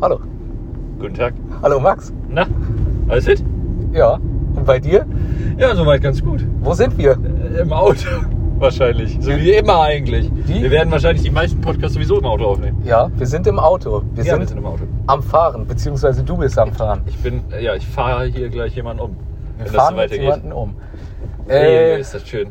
Hallo. Guten Tag. Hallo Max. Na, alles fit? Ja. Und bei dir? Ja, soweit ganz gut. Wo sind wir? Äh, Im Auto wahrscheinlich. So wie immer eigentlich. Wie? Wir werden wahrscheinlich die meisten Podcasts sowieso im Auto aufnehmen. Ja, wir sind im Auto. Wir, ja, sind, wir sind im Auto. am Fahren, beziehungsweise du bist am Fahren. Ich bin, äh, ja, ich fahre hier gleich jemanden um, Wir wenn das fahren so mit weitergeht. jemanden um. Ey, Äh, ist das schön.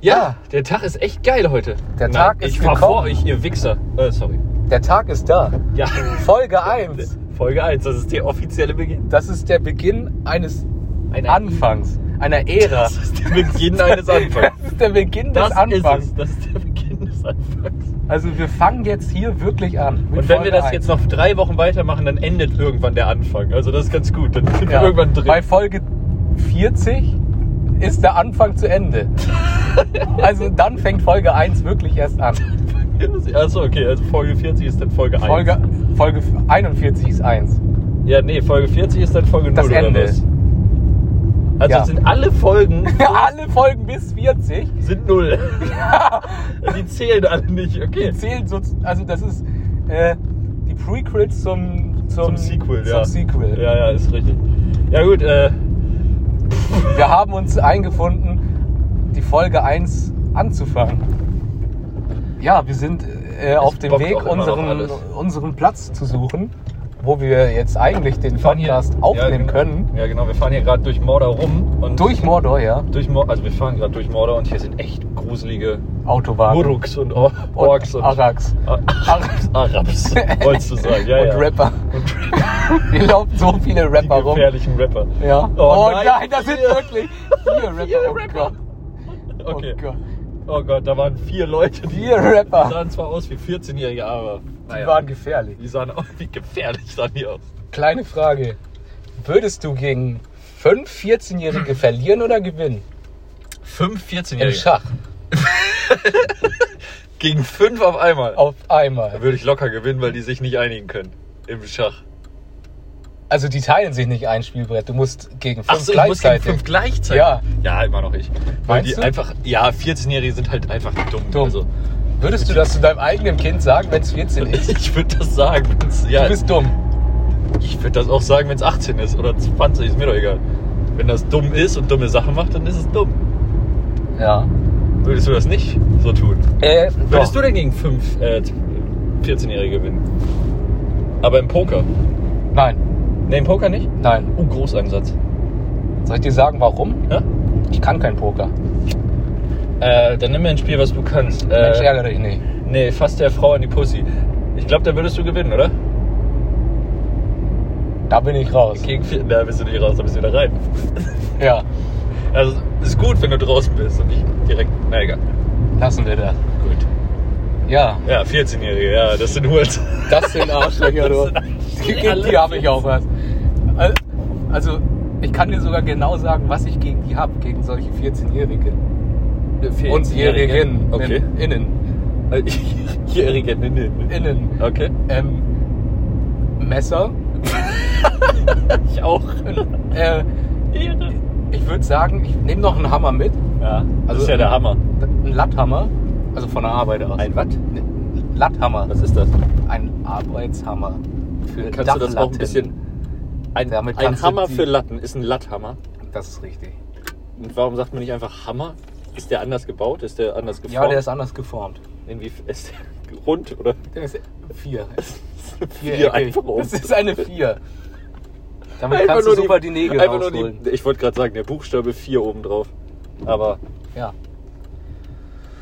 Ja, ja. der Tag ist echt geil heute. Der Tag ist ich fahr gekommen. vor euch, ihr Wichser. Äh, sorry. der Tag ist da. Ja. Folge 1. Folge 1, das ist der offizielle Beginn. Das ist der Beginn eines Ein Anfangs, einer Ära. Das ist der Beginn eines Anfangs. Das ist der Beginn Das des Anfangs. ist es. Das ist der Beginn des Anfangs. Also wir fangen jetzt hier wirklich an. mit Und wenn wir Folge das eins. jetzt noch drei Wochen weitermachen, dann endet irgendwann der Anfang. Also das ist ganz gut. Dann sind Ja. wir irgendwann drin. Bei Folge 40 ist der Anfang zu Ende. also dann fängt Folge 1 wirklich erst an. Achso, okay. Also Folge 40 ist dann Folge 1. Folge, Folge 41 ist 1. Ja, nee, Folge 40 ist dann Folge 0 Das Ende. oder was? Also Ja. sind alle Folgen Alle Folgen bis 40 sind 0. Die zählen alle nicht, okay. zählen so, also das ist äh, die Prequels zum, zum, Zum Sequel, zum ja. Sequel. Ja, ja, ist richtig. Ja gut, äh, Wir haben uns eingefunden, die Folge 1 anzufangen. Ja, wir sind äh, auf dem bockt Weg, auch immer noch unseren, alles. unseren Platz zu suchen, wo wir jetzt eigentlich den Podcast ja, aufnehmen genau. können. Ja genau, wir fahren hier gerade durch Mordor rum. Und Durch Mordor, ja. Durch Mordor, also wir fahren gerade durch Mordor und hier sind echt gruselige Autobahn. Uruks und Or und also Orks und Arax. Arabs, Arabs Ah, wolltest du sagen. Ja, und ja. Rapper. Und Rapper. Hier laufen so viele Die Rapper rum. gefährlichen Rapper. Ja. Oh nein, das sind vier. wirklich vier Rapper. Vier oh Rapper. Gott. Okay. Ah, Oh Gott. Oh Gott, da waren vier Leute. Die Vier Rapper. sahen zwar aus wie 14-Jährige, aber Die naja, waren gefährlich. die sahen auch wie gefährlich sahen die aus. Kleine Frage. Würdest du gegen fünf 14-Jährige verlieren oder gewinnen? Fünf 14-Jährige. Im Schach. Gegen fünf auf einmal. Auf einmal. Da würde ich locker gewinnen, weil die sich nicht einigen können. Im Schach. Also die teilen sich nicht ein Spielbrett. Du musst gegen fünf Ach so, ich muss gegen gleichzeitig. fünf gleichzeitig. Ja. ja, immer noch ich. Weil Meinst die du? einfach, ja, 14-Jährige sind halt einfach dumm. Dumm. Also, Würdest du das zu deinem eigenen Kind sagen, wenn es 14 ist? ich würde das sagen. wenn's- Ja, Du bist dumm. Ich würde das auch sagen, wenn es 18 ist oder 20, ist mir doch egal. Wenn das dumm ist und dumme Sachen macht, dann ist es dumm. Ja. Würdest du das nicht so tun? Äh, Würdest doch. du denn gegen 5, äh, 14-Jährige gewinnen? Aber im Poker. Nein, Ne, im Poker nicht? nein. Oh, Großansatz. Soll ich dir sagen, warum? Ja? Ich kann kein Poker. Äh, dann nimm mir ein Spiel, was du kannst. Äh, Mensch, ärgere dich nicht. Nee, fass der Frau an die Pussy. Ich glaube, da würdest du gewinnen, oder? Da bin ich raus. Gegen vier. Da bist du nicht raus, da bist du wieder rein. Ja, Also, ist gut, wenn du draußen bist und nicht direkt. Na egal. lassen wir das. Gut. Ja, Ja, 14-Jährige, ja, das sind Hurz. das sind Arschlöcher, du. Das sind Die, alle gegen die habe ich auch was. Al- Also, ich kann dir sogar genau sagen, was ich gegen die habe, gegen solche 14-Jährige. Und Jährigen. Okay. Innen. Jährige, Äh, nee, nee, nee. Innen. Okay. Ähm, Messer. Ich auch. Äh, Ehre. ich würde sagen, ich nehme noch einen Hammer mit. Ja, das Also- ist ja der Hammer. Einen Latthammer. Also von der Arbeit aus. Ein Watt? Ein Latthammer. Was ist das? Ein Arbeitshammer. Für Kannst du das auch ein Dachlatten. bisschen. Ein, Damit ein kannst du Hammer die- für Latten ist ein Latthammer. Das ist richtig. Und warum sagt man nicht einfach Hammer? Ist der anders gebaut? Ist der anders geformt? Ja, der ist anders geformt. Inwief ist der rund oder Der ist vier. vier, Viereckig. einfach um? Das ist eine vier. Damit Einfach kannst nur du super die, Nägel einfach nur rausholen. die, Ich wollte gerade sagen, der Buchstabe 4 oben drauf. Aber Ja.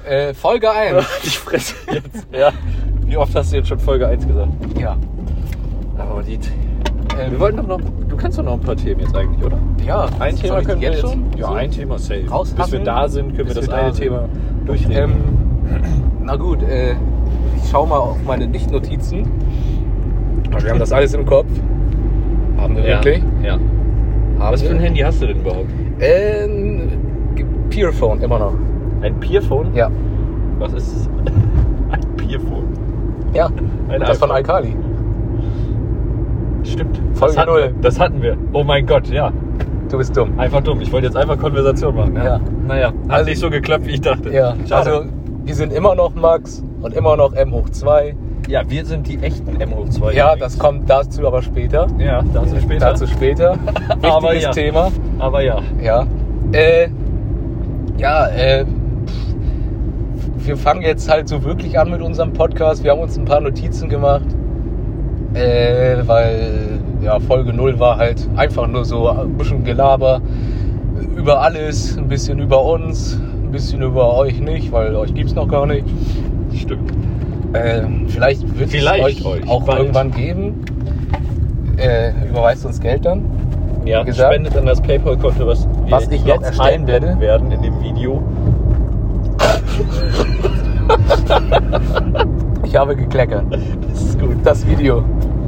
Äh, Folge 1. ich fresse jetzt. Ja. Wie oft hast du jetzt schon Folge 1 gesagt? ja. Aber die. Ähm, Äh, Wir wollten doch noch. Du kannst doch noch ein paar Themen jetzt eigentlich, oder? Ja, soll ich die jetzt schon? Ja, So? ein Thema safe. Bis wir Raushasseln? da sind, Bis können wir das wir da eine sind. Thema durchreden. Ähm, na gut, äh, ich schau mal auf meine Nicht-Notizen. Aber Wir haben das alles im Kopf. Haben wir wirklich? Ähm, Ja. Haben Was für wir? ein Handy hast du denn überhaupt? Ähm, Ge- Peerphone immer noch. Ein Peerphone? Ja. Was ist ein Peerphone? Ja. das von iPhone. Alkali. Stimmt. Folge das hatten null. Wir. Das hatten wir. Oh mein Gott, ja. Du bist dumm. Einfach dumm. Ich wollte jetzt einfach Konversation machen. Ja. Naja, hat Also- nicht so geklappt, wie ich dachte. Ja. Schade. Also, wir sind immer noch Max und immer noch M hoch 2. Ja, wir sind die echten M hoch 2. Ja, das kommt dazu aber später. Ja, dazu später. Dazu später. Wichtiges Aber ja. Thema. Aber ja. Ja. Äh, ja, äh, pff, wir fangen jetzt halt so wirklich an mit unserem Podcast. Wir haben uns ein paar Notizen gemacht, äh, weil ja, Folge 0 war halt einfach nur so ein bisschen Gelaber über alles, ein bisschen über uns, ein bisschen über euch nicht, weil euch gibt's noch gar nicht. Stimmt. Äh, vielleicht wird Vielleicht es euch, euch, auch bald. irgendwann geben. Äh, überweist uns Geld dann. Ja, gesagt. spendet an das PayPal-Konto, was, wir Was ich noch jetzt erstellen werde. einblenden werden in dem Video. Ich habe gekleckert. Das ist gut. Das Video.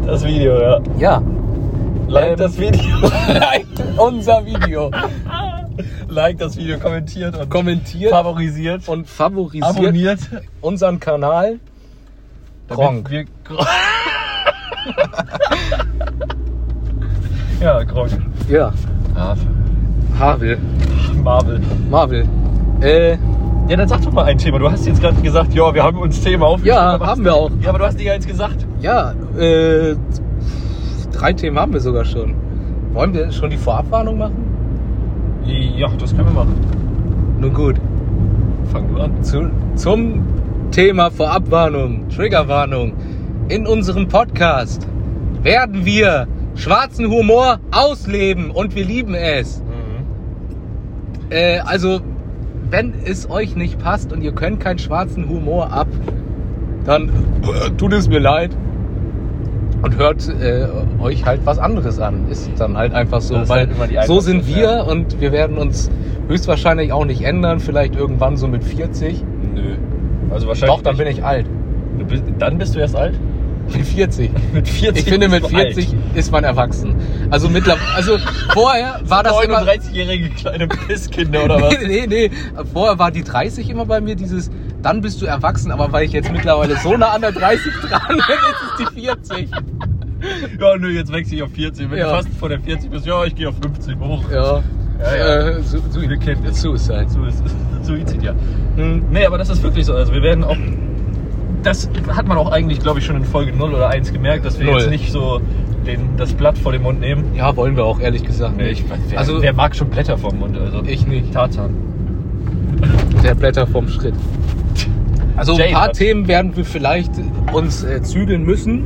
Das Video, ja. Ja. Like Ähm. das Video. Liked unser Video. like das Video, kommentiert und Kommentiert favorisiert und favorisiert abonniert. unseren Kanal. Gronk. Damit Wir, ja, Gronk. Ja. Havel. Marvel. Marvel. Äh, Ja, dann sag doch mal ein Thema. Du hast jetzt gerade gesagt, ja, wir haben uns Themen aufgeschrieben. Ja, aber haben hast- wir auch. Ja, aber du hast nicht eins gesagt. ja, äh, drei Themen haben wir sogar schon. Wollen wir schon die Vorabwarnung machen? Ja, das können wir machen. Nun gut. Fang du an. Zu, zum Thema Vorabwarnung, Triggerwarnung. In unserem Podcast werden wir schwarzen Humor ausleben und wir lieben es. Äh, also, wenn es euch nicht passt und ihr könnt keinen schwarzen Humor ab, dann äh, tut es mir leid und hört äh, euch halt was anderes an. Ist dann halt einfach so, Das ist weil halt immer die so einfachste, sind wir ja. und wir werden uns höchstwahrscheinlich auch nicht ändern, vielleicht irgendwann so mit 40. Nö. Also wahrscheinlich. Doch, dann bin ich alt. ich. Du bist, dann bist du erst alt? Mit 40. Mit 40. Ich finde, mit bist du alt. 40 ist man erwachsen. Also mittlerweile, also vorher war das immer... 39-jährige kleine Pisskinder oder was? Nee, nee, nee. Vorher war die 30 immer bei mir dieses, dann bist du erwachsen, aber weil ich jetzt mittlerweile so nah an der 30 dran bin, ist es die 40. ja, nö, jetzt wechsle ich auf 40. Wenn Ja. du fast vor der 40 bist, ja, ich gehe auf 15 hoch. Ja. Ja, ja. Äh, Su Su Wir kennen das. Suicide. So ist Suizid, ja. Hm. Nee, aber das ist wirklich so. Also wir werden auch. Das hat man auch eigentlich, glaube ich, schon in Folge 0 oder 1 gemerkt, dass wir Null. jetzt nicht so den, das Blatt vor den Mund nehmen. Ja, wollen wir auch ehrlich gesagt nicht. wer, also, also wer mag schon Blätter vom Mund? Also ich nicht. Tarzan. Der Blätter vom Schritt. Also ein Jane paar hat- Themen werden wir vielleicht uns äh, zügeln müssen,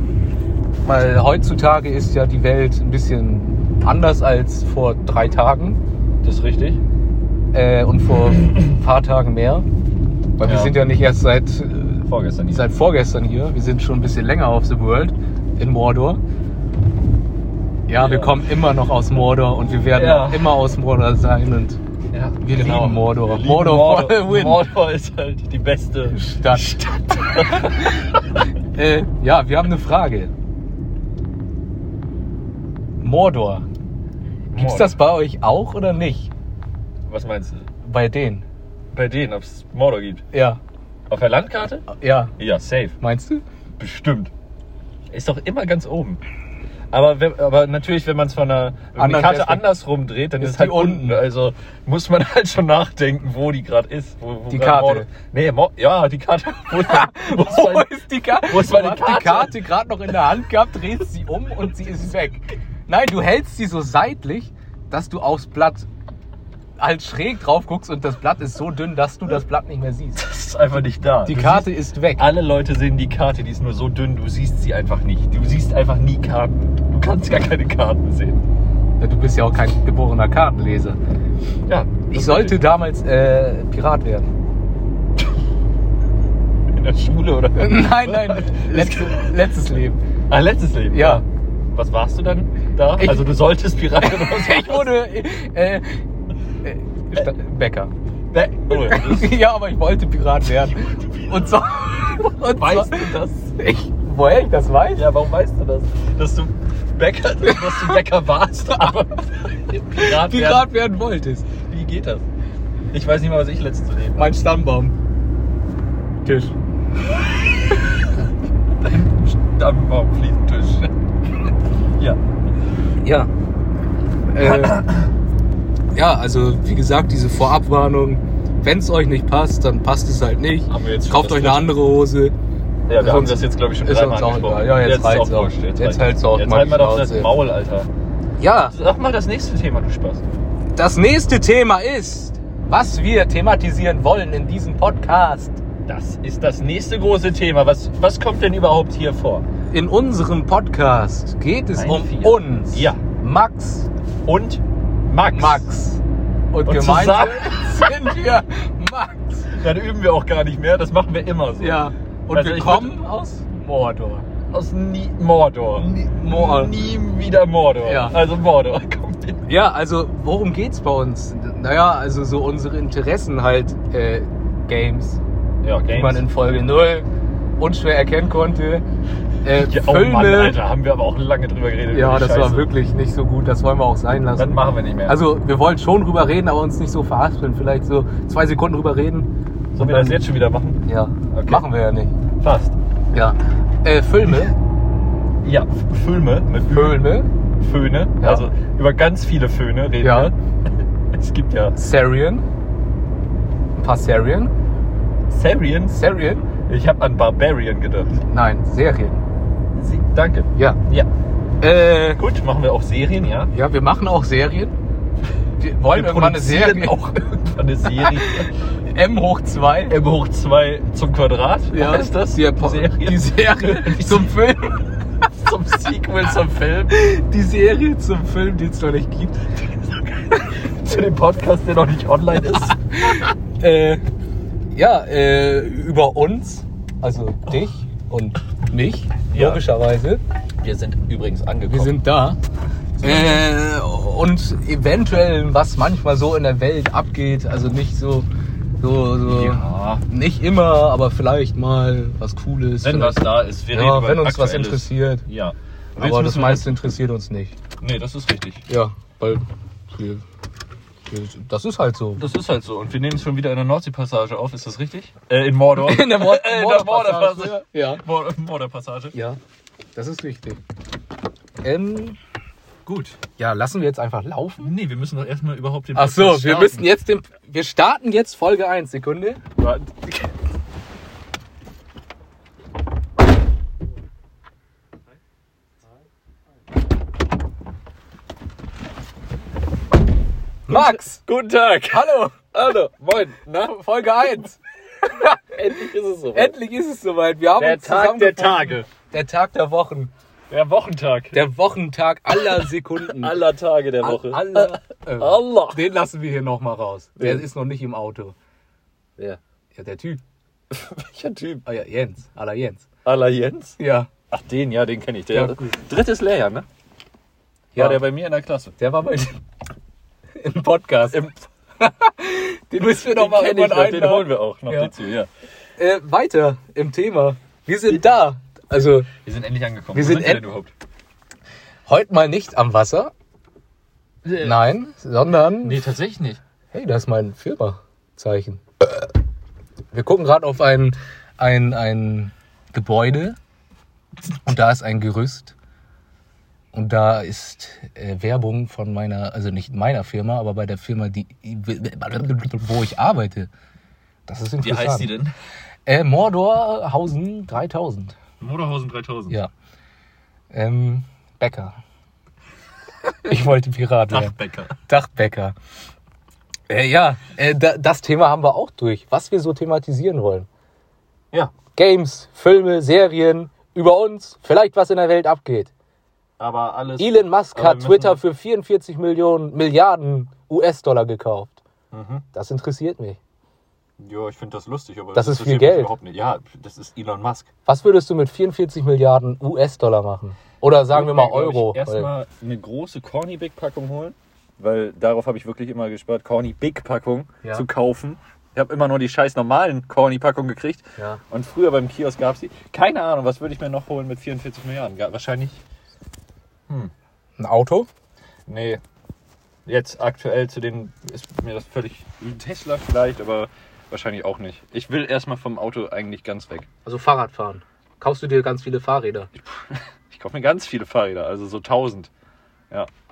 weil heutzutage ist ja die Welt ein bisschen anders als vor drei Tagen. Das ist richtig. äh, und vor ein paar Tagen mehr. Weil wir Ja. sind ja nicht erst seit, äh, Vorgestern. seit vorgestern hier. Wir sind schon ein bisschen länger auf The World in Mordor. Ja, wir Ja. kommen immer noch aus Mordor und wir werden Ja. auch immer aus Mordor sein. Und Ja, wir lieben Mordor. Genau. Wir lieben Mordor for the Mordor. win. Mordor ist halt die beste. Stadt. äh, ja, wir haben eine Frage. Mordor. Gibt's Mordor. das bei euch auch oder nicht? Was meinst du? Bei denen? Bei denen, ob es Mordor gibt. Ja. Auf der Landkarte? Ja. Ja, safe. Meinst du? Bestimmt. Ist doch immer ganz oben. Aber, wenn, aber natürlich, wenn man es von einer wenn man Anderen die Karte Perspekt- andersrum dreht, dann Ist ist, halt die unten. unten. Also muss man halt schon nachdenken, wo die gerade ist. Wo, wo Die grad Karte. Mordor- Nee, Mo ja, die Karte. Wo ist, wo ist Wo mein- ist die Karte? Wo ist Du meine hast die Karte? Karte gerade noch in der Hand gehabt, drehst sie um und sie ist weg. Nein, du hältst sie so seitlich, dass du aufs Blatt halt schräg drauf guckst und das Blatt ist so dünn, dass du das Blatt nicht mehr siehst. das ist einfach nicht da. Die Du Karte siehst, ist weg. Alle Leute sehen die Karte, die ist nur so dünn, du siehst sie einfach nicht. Du siehst einfach nie Karten. Du kannst gar keine Karten sehen. Ja, Du bist ja auch kein geborener Kartenleser. Ja. Ich das sollte ist damals äh, Pirat werden. in der Schule oder. Nein, nein, letzte, letztes Leben. Ah, letztes Leben. Ja. Was warst du dann da? Ich- also du solltest Pirat oder was? Ich wurde äh, äh, Sta- Bäcker. Ne, oh, das Ja, aber ich wollte Pirat werden. Und so. Und weißt so, du das? Ich, woher ich das weiß? Ja, warum weißt du das? Dass du Bäcker, dass du Bäcker warst, aber Pirat, Wie werden. gerade werden wolltest. Wie geht das? Ich weiß nicht mal, was ich letztens erlebt Mein Stammbaum. Tisch. habe. Am am Fliesentisch. ja. Ja. Äh, ja, also wie gesagt, diese Vorabwarnung. Wenn es euch nicht passt, dann passt es halt nicht. Haben wir jetzt schon Kauft das euch eine dritte- andere Hose. Ja, wir Ist haben uns- das jetzt, glaube ich, schon ist dreimal uns auch angesprochen. egal. Ja, jetzt ist reicht's auch. auch. wurscht, Jetzt reicht's. halt's auch. Jetzt Mach halt mal doch das Schnauze. Maul, Alter. Ja, Sag mal das nächste Thema, du Spaß. das nächste Thema ist, was wir thematisieren wollen in diesem Podcast. Das ist das nächste große Thema. Was, was kommt denn überhaupt hier vor? In unserem Podcast geht es Ein um Vier. uns. Ja. Max. Und Max. Max. Und, Und gemeinsam sind wir Max. Dann üben wir auch gar nicht mehr, das machen wir immer so. Ja. Und Also wir ich kommen aus Mordor. Aus Nie Mordor. Nie- Mor- Nie wieder Mordor. Ja. Also Mordor. Komm mit. Ja, also worum geht's bei uns? Naja, also so unsere Interessen halt äh, Games, Ja, die Games. man in Folge 0 unschwer erkennen konnte. Äh, ja, oh Filme. Mann, Alter, haben wir aber auch lange drüber geredet. ja, über die das war Scheiße. wirklich nicht so gut, das wollen wir auch sein Das lassen. machen wir nicht mehr. Also wir wollen schon drüber reden, aber uns nicht so verhaspeln. Vielleicht so zwei Sekunden drüber reden. Sollen wir das jetzt schon wieder machen? Ja, Okay. machen wir ja nicht. Fast. Ja. Äh, Filme. Ja, F- Filme mit Ü. Filme. Föhne. Ja. Also über ganz viele Föhne reden Ja. wir. Es gibt ja Serien. Ein paar Serien. Sarians. Serien? Ich habe an Barbarian gedacht. Nein, Serien. Sie Danke. Ja. Ja. Äh, Gut, machen wir auch Serien, ja. ja, wir machen auch Serien. Wir wollen wir irgendwann eine produzieren Serie. auch irgendwann eine Serie. M hoch 2. M hoch 2 zum Quadrat. Heißt das? Die, Serie. die Serie zum Film. zum Sequel zum Film. Die Serie zum Film, die es noch nicht gibt. Zu dem Podcast, der noch nicht online ist. Äh, ja, äh, über uns, also dich und mich, Ja. logischerweise. Wir sind übrigens angekommen. Wir sind da. Äh, und eventuell, was manchmal so in der Welt abgeht, also nicht so. so, so Ja. Nicht immer, aber vielleicht mal was Cooles. Wenn was vielleicht- da ist, wir reden ja, über wenn uns was Aktuelles. interessiert. Ja. Und jetzt Aber das müssen wir- meiste interessiert uns nicht. Nee, das ist richtig. Ja, weil wir, wir, das ist halt so. Das ist halt so. Und wir nehmen es schon wieder in der Nordseepassage auf, ist das richtig? Äh, in Mordor. Mord- äh, in der Mordorpassage. Mordorpassage. Ja. Mord Mordorpassage. ja, das ist richtig. Ähm, Gut. ja, lassen wir jetzt einfach laufen. Nee, wir müssen doch erstmal überhaupt den Ach so, wir starten. müssen jetzt den. Wir starten jetzt Folge 1, Sekunde. Warte. Max! Guten Tag. Hallo! Hallo. Moin. Na? Folge 1. Endlich ist es so. Endlich ist es soweit. Wir haben Der uns Tag der zusammengefunden. Tage. Der Tag der Wochen. Der Wochentag. Der Wochentag aller Sekunden. aller Tage der Woche. Aller, äh, Allah. Den lassen wir hier nochmal raus. Der Wen? ist noch nicht im Auto. Ja. Ja, der Typ. Welcher Typ? Ah ja, Jens. Aller Jens. Aller Jens? Ja. Ach, den, ja, den kenne ich. Ja, gut. drittes Lehrjahr, ne? Ja. War der bei mir in der Klasse. Der war bei dir im Podcast. Im- den müssen wir Den, nochmal kenn ich, irgendwann noch, den einladen. holen wir auch noch Ja. dazu, ja. Äh, weiter im Thema. Wir sind da. Also Wir sind endlich angekommen. Wir Wo sind wir end- denn überhaupt? heute mal nicht am Wasser. Äh. Nein, sondern Nee, tatsächlich nicht. Hey, da ist mein Firma-Zeichen. Wir gucken gerade auf ein, ein, ein Gebäude und da ist ein Gerüst und da ist äh, Werbung von meiner, also nicht meiner Firma, aber bei der Firma, die, wo ich arbeite. Das ist Wie interessant. heißt die denn? Äh, Mordorhausen 3000. Moderhausen 3000. Ja. Ähm, Bäcker. Ich wollte Pirat werden. Dachbäcker. Dachbäcker. Äh, ja, äh, da, das Thema haben wir auch durch, was wir so thematisieren wollen. Ja. Games, Filme, Serien, über uns, vielleicht was in der Welt abgeht. Aber alles. Elon Musk Aber wir hat müssen- Twitter für 44 Millionen Milliarden US-Dollar gekauft. Das interessiert mich. Ja, ich finde das lustig, aber Das ist viel interessiert Geld. mich Überhaupt nicht. Ja, das ist Elon Musk. Was würdest du mit 44 Milliarden US-Dollar machen? Oder sagen wir mal Würd mir, glaub ich, Euro. weil- Erstmal eine große Corny Big Packung holen, weil darauf habe ich wirklich immer gespart, Corny Big Packung Ja. zu kaufen. Ich habe immer nur die scheiß normalen Corny Packungen gekriegt. Ja. Und früher beim Kiosk gab es die. Keine Ahnung, was würde ich mir noch holen mit 44 Milliarden? Ja, wahrscheinlich. Ein Auto? Nee. Jetzt aktuell zu den ist mir das völlig Tesla vielleicht, aber wahrscheinlich auch nicht. Ich will erstmal vom Auto eigentlich ganz weg. Also Fahrrad fahren. Kaufst du dir ganz viele Fahrräder? Ich kaufe mir ganz viele Fahrräder, also so 1000.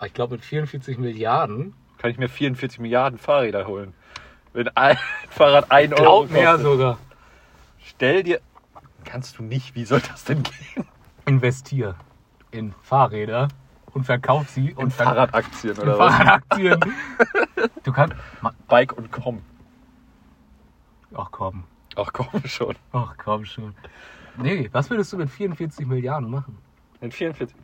Ich glaube mit 44 Milliarden. Kann ich mir 44 Milliarden Fahrräder holen. Wenn ein Fahrrad 1 Euro Glaub kostet. mir sogar. Stell dir. Kannst du nicht, wie soll das denn gehen? Investier in Fahrräder und verkauf sie und Und ver- Fahrradaktien in oder was? Fahrradaktien. du kannst. Ma- Bike und komm. Ach komm. Ach komm schon. Ach komm schon. Nee, was würdest du mit 44 Milliarden machen? Mit 44.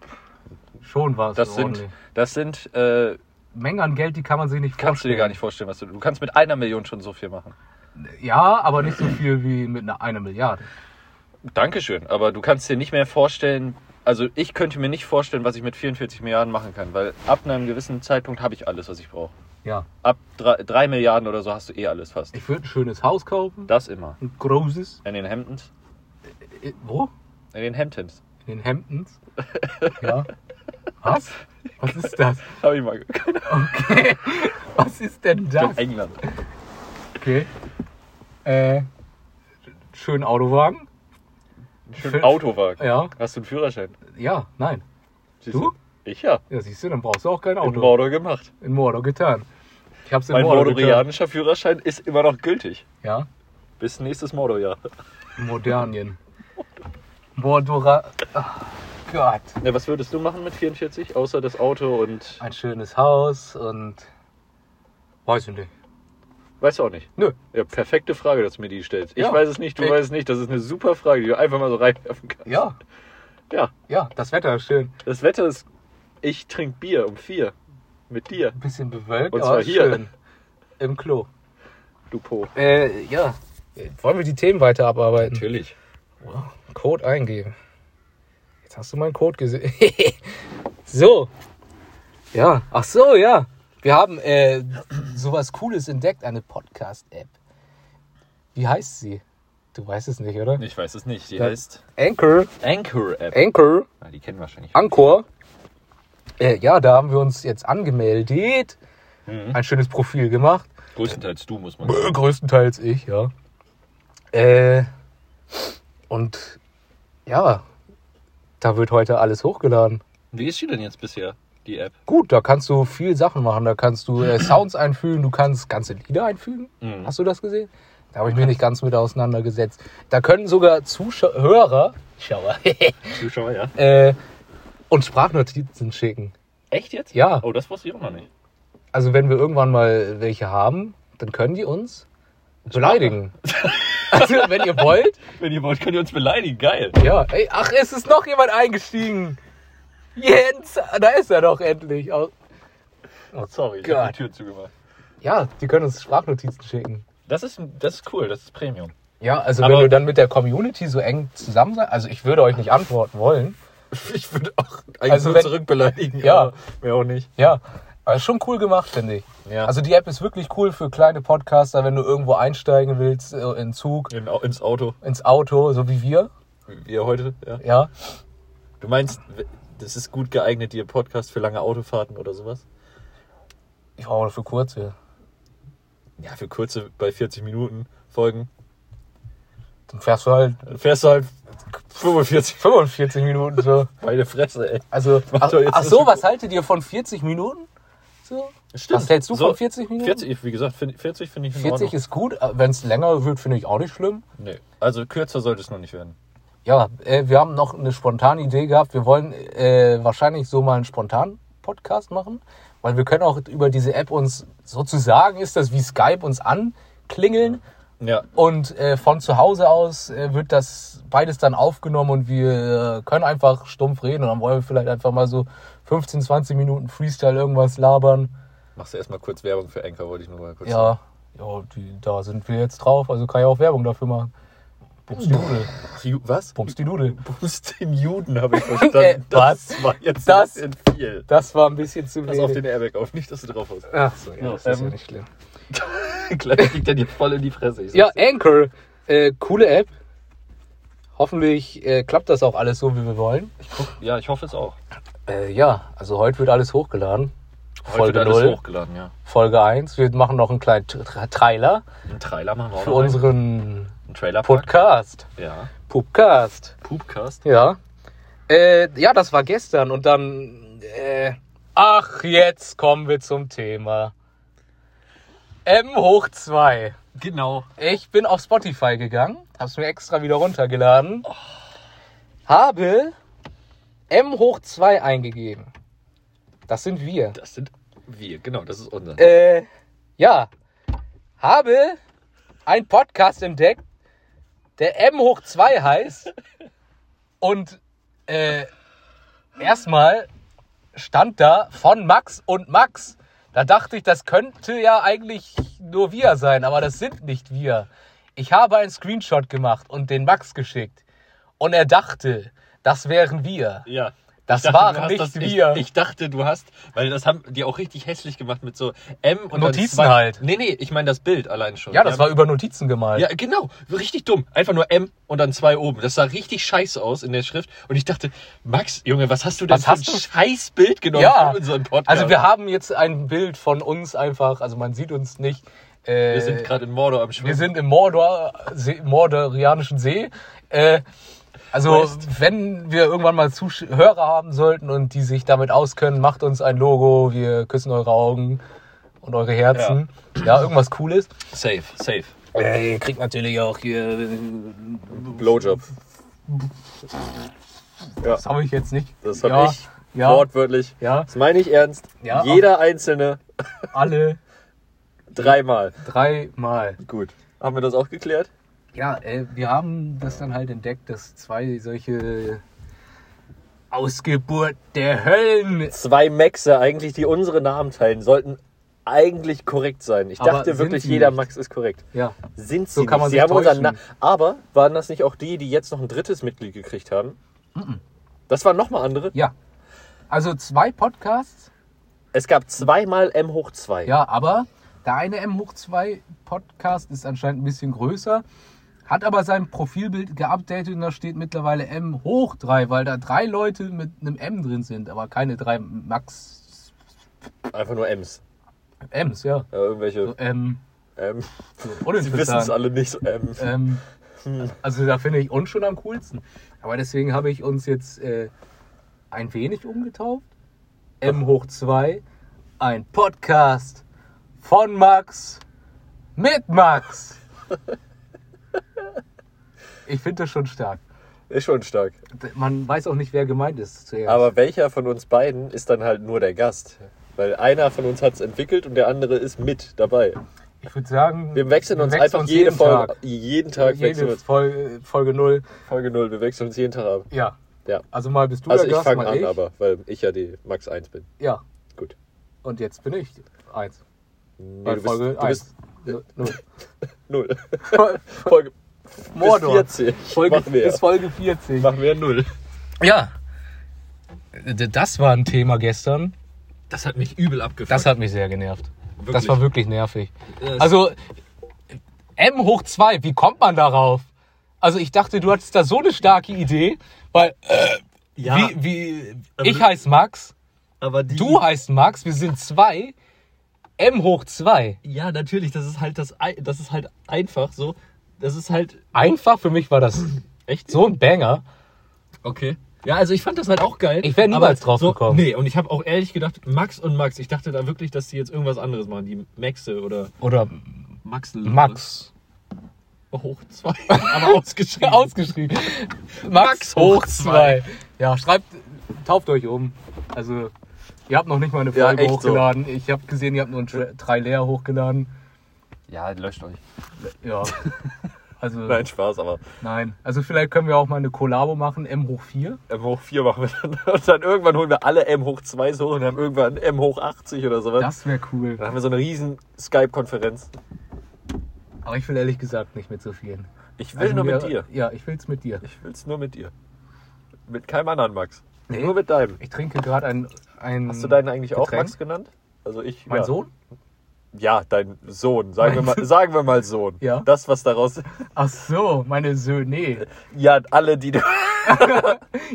Schon was. Das sind, das sind äh, Mengen an Geld, die kann man sich nicht kannst du dir vorstellen. gar nicht vorstellen, was du. Du kannst mit einer Million schon so viel machen. Ja, aber nicht so viel wie mit einer, einer Milliarde. Dankeschön, aber du kannst dir nicht mehr vorstellen, also ich könnte mir nicht vorstellen, was ich mit 44 Milliarden machen kann, weil ab einem gewissen Zeitpunkt habe ich alles, was ich brauche. Ja. Ab 3, drei Milliarden oder so hast du eh alles fast. Ich würde ein schönes Haus kaufen. Das immer. Ein großes. In den Hamptons? Äh, Wo? In den Hamptons. In den Hamptons. Ja. Was? Was ist das? Habe ich mal geguckt. Okay. Was ist denn das? In England. Okay. Äh, schönen Autowagen. Schön Fünf- Autowagen. Ja. Hast du einen Führerschein? Ja, nein. Siehst Du? Ich ja. Ja, siehst du, dann brauchst du auch kein In Auto. Mordor gemacht. In Mordor getan. Ich hab's in Mein Mordor getan. mordorianischer Führerschein ist immer noch gültig. Ja, Bis nächstes Mordorjahr. in Modernien. Mordora. Ach Gott. Ja, was würdest du machen mit 44? Außer das Auto und. Ein schönes Haus und. Weiß ich nicht. Weißt du auch nicht. Nö. Ja, perfekte Frage, dass du mir die stellst. Ich Ja. weiß es nicht, du Ich- weißt es nicht. Das ist eine super Frage, die du einfach mal so reinwerfen kannst. Ja, Ja, ja, das Wetter ist schön. das Wetter ist. Ich trinke Bier um vier. Mit dir, Ein bisschen bewölkt, Und aber zwar ist hier. schön. Im Klo. du Po. Äh, ja. Wollen wir die Themen weiter abarbeiten? Natürlich. Code eingeben. Jetzt hast du meinen Code gesehen. so. Ja, ach so, ja. Wir haben äh, sowas Cooles entdeckt, eine Podcast-App. Wie heißt sie? Du weißt es nicht, oder? Ich weiß es nicht. Die Ja. heißt Anchor. Anchor App. Anchor. Ah, die kennen wahrscheinlich. Anchor. Äh, ja, da haben wir uns jetzt angemeldet. Ein schönes Profil gemacht. Größtenteils du, muss man Äh, Größtenteils ich, ja. Äh, und ja, da wird heute alles hochgeladen. Wie ist die denn jetzt bisher, die App? Gut, da kannst du viel Sachen machen. Da kannst du äh, Sounds einfügen, du kannst ganze Lieder einfügen. Mhm. Hast du das gesehen? Da habe ich mich nicht ganz mit auseinandergesetzt. Da können sogar Zuschauer Schauer, Zuschauer, ja. äh, und Sprachnotizen schicken. Echt jetzt? Ja. Oh, das wusste ich auch noch nicht. Also wenn wir irgendwann mal welche haben, dann können die uns beleidigen. Also wenn ihr wollt, Wenn ihr wollt, könnt ihr uns beleidigen. Geil. Ja, ey, ach, es ist noch jemand eingestiegen. Jens, da ist er doch endlich. Au- Oh, Sorry, ich Gott. hab die Tür zugemacht. Ja, die können uns Sprachnotizen schicken. Das ist, das ist cool, das ist Premium. Ja, also Aber- wenn du dann mit der Community so eng zusammen sein, also ich würde euch nicht antworten wollen. Ich würde auch eigentlich Also wenn- zurückbeleidigen. Ja. aber Mehr auch nicht. Ja, aber ist schon cool gemacht, finde ich. Ja. Also die App ist wirklich cool für kleine Podcaster, wenn du irgendwo einsteigen willst, äh, in Zug, In, ins Auto, ins Auto, so wie wir. wie ihr heute. Ja. Ja, Du meinst, das ist gut geeignet, dir Podcast für lange Autofahrten oder sowas? ich brauche für kurze. Ja, für kurze, bei 40 Minuten Folgen. Dann fährst du halt Dann fährst du halt 45 45 Minuten so. meine Fresse, ey. Also, Mach ach, doch jetzt ach so, nicht- was haltet ihr von 40 Minuten? So? Was hältst du von 40 Minuten? 40, wie gesagt, find- 40 finde ich in 40 Ordnung. ist gut, wenn es länger wird, finde ich auch nicht schlimm. Nee. Also kürzer sollte es noch nicht werden. Ja, äh, wir haben noch eine spontane Idee gehabt. Wir wollen äh, wahrscheinlich so mal einen spontanen Podcast machen, weil wir können auch über diese App uns sozusagen, ist das wie Skype, uns anklingeln. Ja, Und äh, von zu Hause aus äh, wird das beides dann aufgenommen und wir äh, können einfach stumpf reden und dann wollen wir vielleicht einfach mal so 15, 20 Minuten Freestyle irgendwas labern. Machst du erstmal kurz Werbung für Anchor, wollte ich nur mal kurz Ja, ja die, da sind wir jetzt drauf, also kann ich auch Werbung dafür machen. Bums die Nudel. sagen. Ju- Was? Bums die Nudel. Bums den Juden, habe ich verstanden. Äh, was? Das war jetzt Das- ein bisschen viel. Das war ein bisschen zu Pass auf wenig. den Airbag auf, nicht, dass du drauf hast. Ach so, ja, das ist Ähm, ja nicht schlimm. Gleich liegt er dir voll in die Fresse. Ich Ja, sag's dir. Anchor, äh, coole App. Hoffentlich äh, klappt das auch alles so, wie wir wollen. ja, ich hoffe es auch. Äh, ja, also heute wird alles hochgeladen. Heute Folge wird alles null. hochgeladen, ja. Folge 1. Wir machen noch einen kleinen Tra Trailer Einen Trailer machen wir auch für noch rein. unseren Einen Trailer Podcast. Ja. Podcast. Poopcast. Ja. Äh, ja, das war gestern und dann. Äh, ach, jetzt kommen wir zum Thema. M hoch 2. Genau. Ich bin auf Spotify gegangen, hab's mir extra wieder runtergeladen, habe M hoch 2 eingegeben. Das sind wir. Das sind wir, genau, das ist unser. Äh, ja, habe einen Podcast entdeckt, der M hoch 2 heißt. Und äh, erstmal stand da von Max und Max. Da dachte ich, das könnte ja eigentlich nur wir sein, aber das sind nicht wir. Ich habe einen Screenshot gemacht und den Max geschickt. Und er dachte, das wären wir. Ja. Das Ich dachte, waren du hast nicht das, wir. Ich, ich dachte, du hast, weil das haben die auch richtig hässlich gemacht mit so M und dann Notizen zwei- halt. Nee, nee, ich meine das Bild allein schon. Ja, das Die war haben- über Notizen gemalt. Ja, genau. Richtig dumm. Einfach nur M und dann zwei oben. Das sah richtig scheiße aus in der Schrift. Und ich dachte, Max, Junge, was hast du denn Was für hast ein du- scheiß Bild genommen Ja. Genau, für unseren Podcast? Also wir haben jetzt ein Bild von uns einfach, also man sieht uns nicht. Äh, Wir sind gerade in Mordor am Schwimmen. wir sind im Mordor, See, Mordorianischen See. Äh, also wenn wir irgendwann mal Zusch Hörer haben sollten und die sich damit auskennen, macht uns ein Logo, wir küssen eure Augen und eure Herzen. Ja, irgendwas Cooles. safe, safe. Äh, ihr kriegt natürlich auch hier... Blowjob. Das habe ich jetzt nicht. Das hab ja, ich Ja, Wortwörtlich. ja, Das meine ich ernst. Ja. Jeder einzelne alle dreimal. dreimal. Gut. Haben wir das auch geklärt? Ja, äh, wir haben das dann halt entdeckt, dass zwei solche Ausgeburt der Höllen. Zwei Maxer, eigentlich, die unsere Namen teilen, sollten eigentlich korrekt sein. Ich Aber dachte sind wirklich, sie jeder nicht. Max ist korrekt. Ja, Sind sie So kann nicht. man sie sich haben unseren Na täuschen. Aber waren das nicht auch die, die jetzt noch ein drittes Mitglied gekriegt haben? Das waren nochmal andere. ja. Also zwei Podcasts, Es gab zweimal M hoch 2. ja, aber der eine M hoch 2 Podcast ist anscheinend ein bisschen größer, hat aber sein Profilbild geupdatet und da steht mittlerweile M hoch 3, weil da drei Leute mit einem M drin sind, aber keine drei Max Einfach nur Ms. Ms, ja. Ja, irgendwelche So, ähm, M. so Sie wissen uninteressant. es alle nicht. M. Ähm, also da finde ich uns schon am coolsten. Aber deswegen habe ich uns jetzt äh, ein wenig umgetauft. M hoch 2, ein Podcast von Max mit Max. Ich finde das schon stark. Ist schon stark. D- Man weiß auch nicht, wer gemeint ist zuerst. Aber welcher von uns beiden ist dann halt nur der Gast? Weil einer von uns hat es entwickelt und der andere ist mit dabei. ich würde sagen, Wir wechseln uns einfach jede jeden Folge. Tag. Jeden Tag wechseln wir Jede uns. Folge, Folge 0. Folge 0, wir wechseln uns jeden Tag ab. Ja. Ja. Also mal bist du Also der ich Gast, fange mal an, ich. aber weil ich ja die Max 1 bin. Ja. Gut. Und jetzt bin ich eins. Nee, Bei du bist, Folge du bist 1. Null. Null. 0. Folge Mordor. Bis 40. Folge, Machen wir. bis Folge 40. Machen wir 0. Ja. D- Das war ein Thema gestern. Das hat mich übel abgefuckt. Das hat mich sehr genervt. Das Wirklich? war wirklich nervig. Das- Also, M hoch 2, wie kommt man darauf? Also, ich dachte, du hattest da so eine starke Idee, weil äh, ja, wie, wie, Aber ich du- heiße Max, aber die, du heißt Max, wir sind zwei, M hoch 2. Ja, natürlich, das ist halt das Ei- das ist halt einfach so. Das ist halt Einfach für mich war das echt so ein Banger. Okay. Ja, also ich fand das halt auch geil. Ich wär niemals aber drauf gekommen. Nee, und ich habe auch ehrlich gedacht, Max und Max, ich dachte da wirklich, dass die jetzt irgendwas anderes machen, die Maxe oder Oder Maxel. Max. oder Oh, Hoch zwei. aber ausgeschrieben. ausgeschrieben. Max, Max hoch hoch 2. Ja, schreibt, tauft euch um. Also, ihr habt noch nicht mal eine Ja, Folge echt so. hochgeladen. Ich habe gesehen, ihr habt nur ein Tra- drei leer hochgeladen. ja, löscht euch. Ja. Also, nein. Nein, Spaß, aber Also, vielleicht können wir auch mal eine Kollabo machen, M hoch 4. M hoch 4 machen wir dann. Und dann irgendwann holen wir alle M hoch 2 so und haben irgendwann M hoch 80 oder sowas. Das wäre cool. Dann haben wir so eine riesen Skype-Konferenz. Aber ich will ehrlich gesagt nicht mit so vielen. Ich will Also nur mit wir- dir. Ja, ich will's mit dir. Ich will's nur mit dir. Mit keinem anderen, Max. Nee. Nur mit deinem. Ich trinke gerade ein, ein. Hast du deinen eigentlich auch Getränk? Max genannt? Also ich. Mein ja. Sohn? Ja, dein Sohn, sagen wir Mein mal, sagen wir mal Sohn. Ja. Das, was daraus. Ach so, meine Söhne. Ja, alle, die du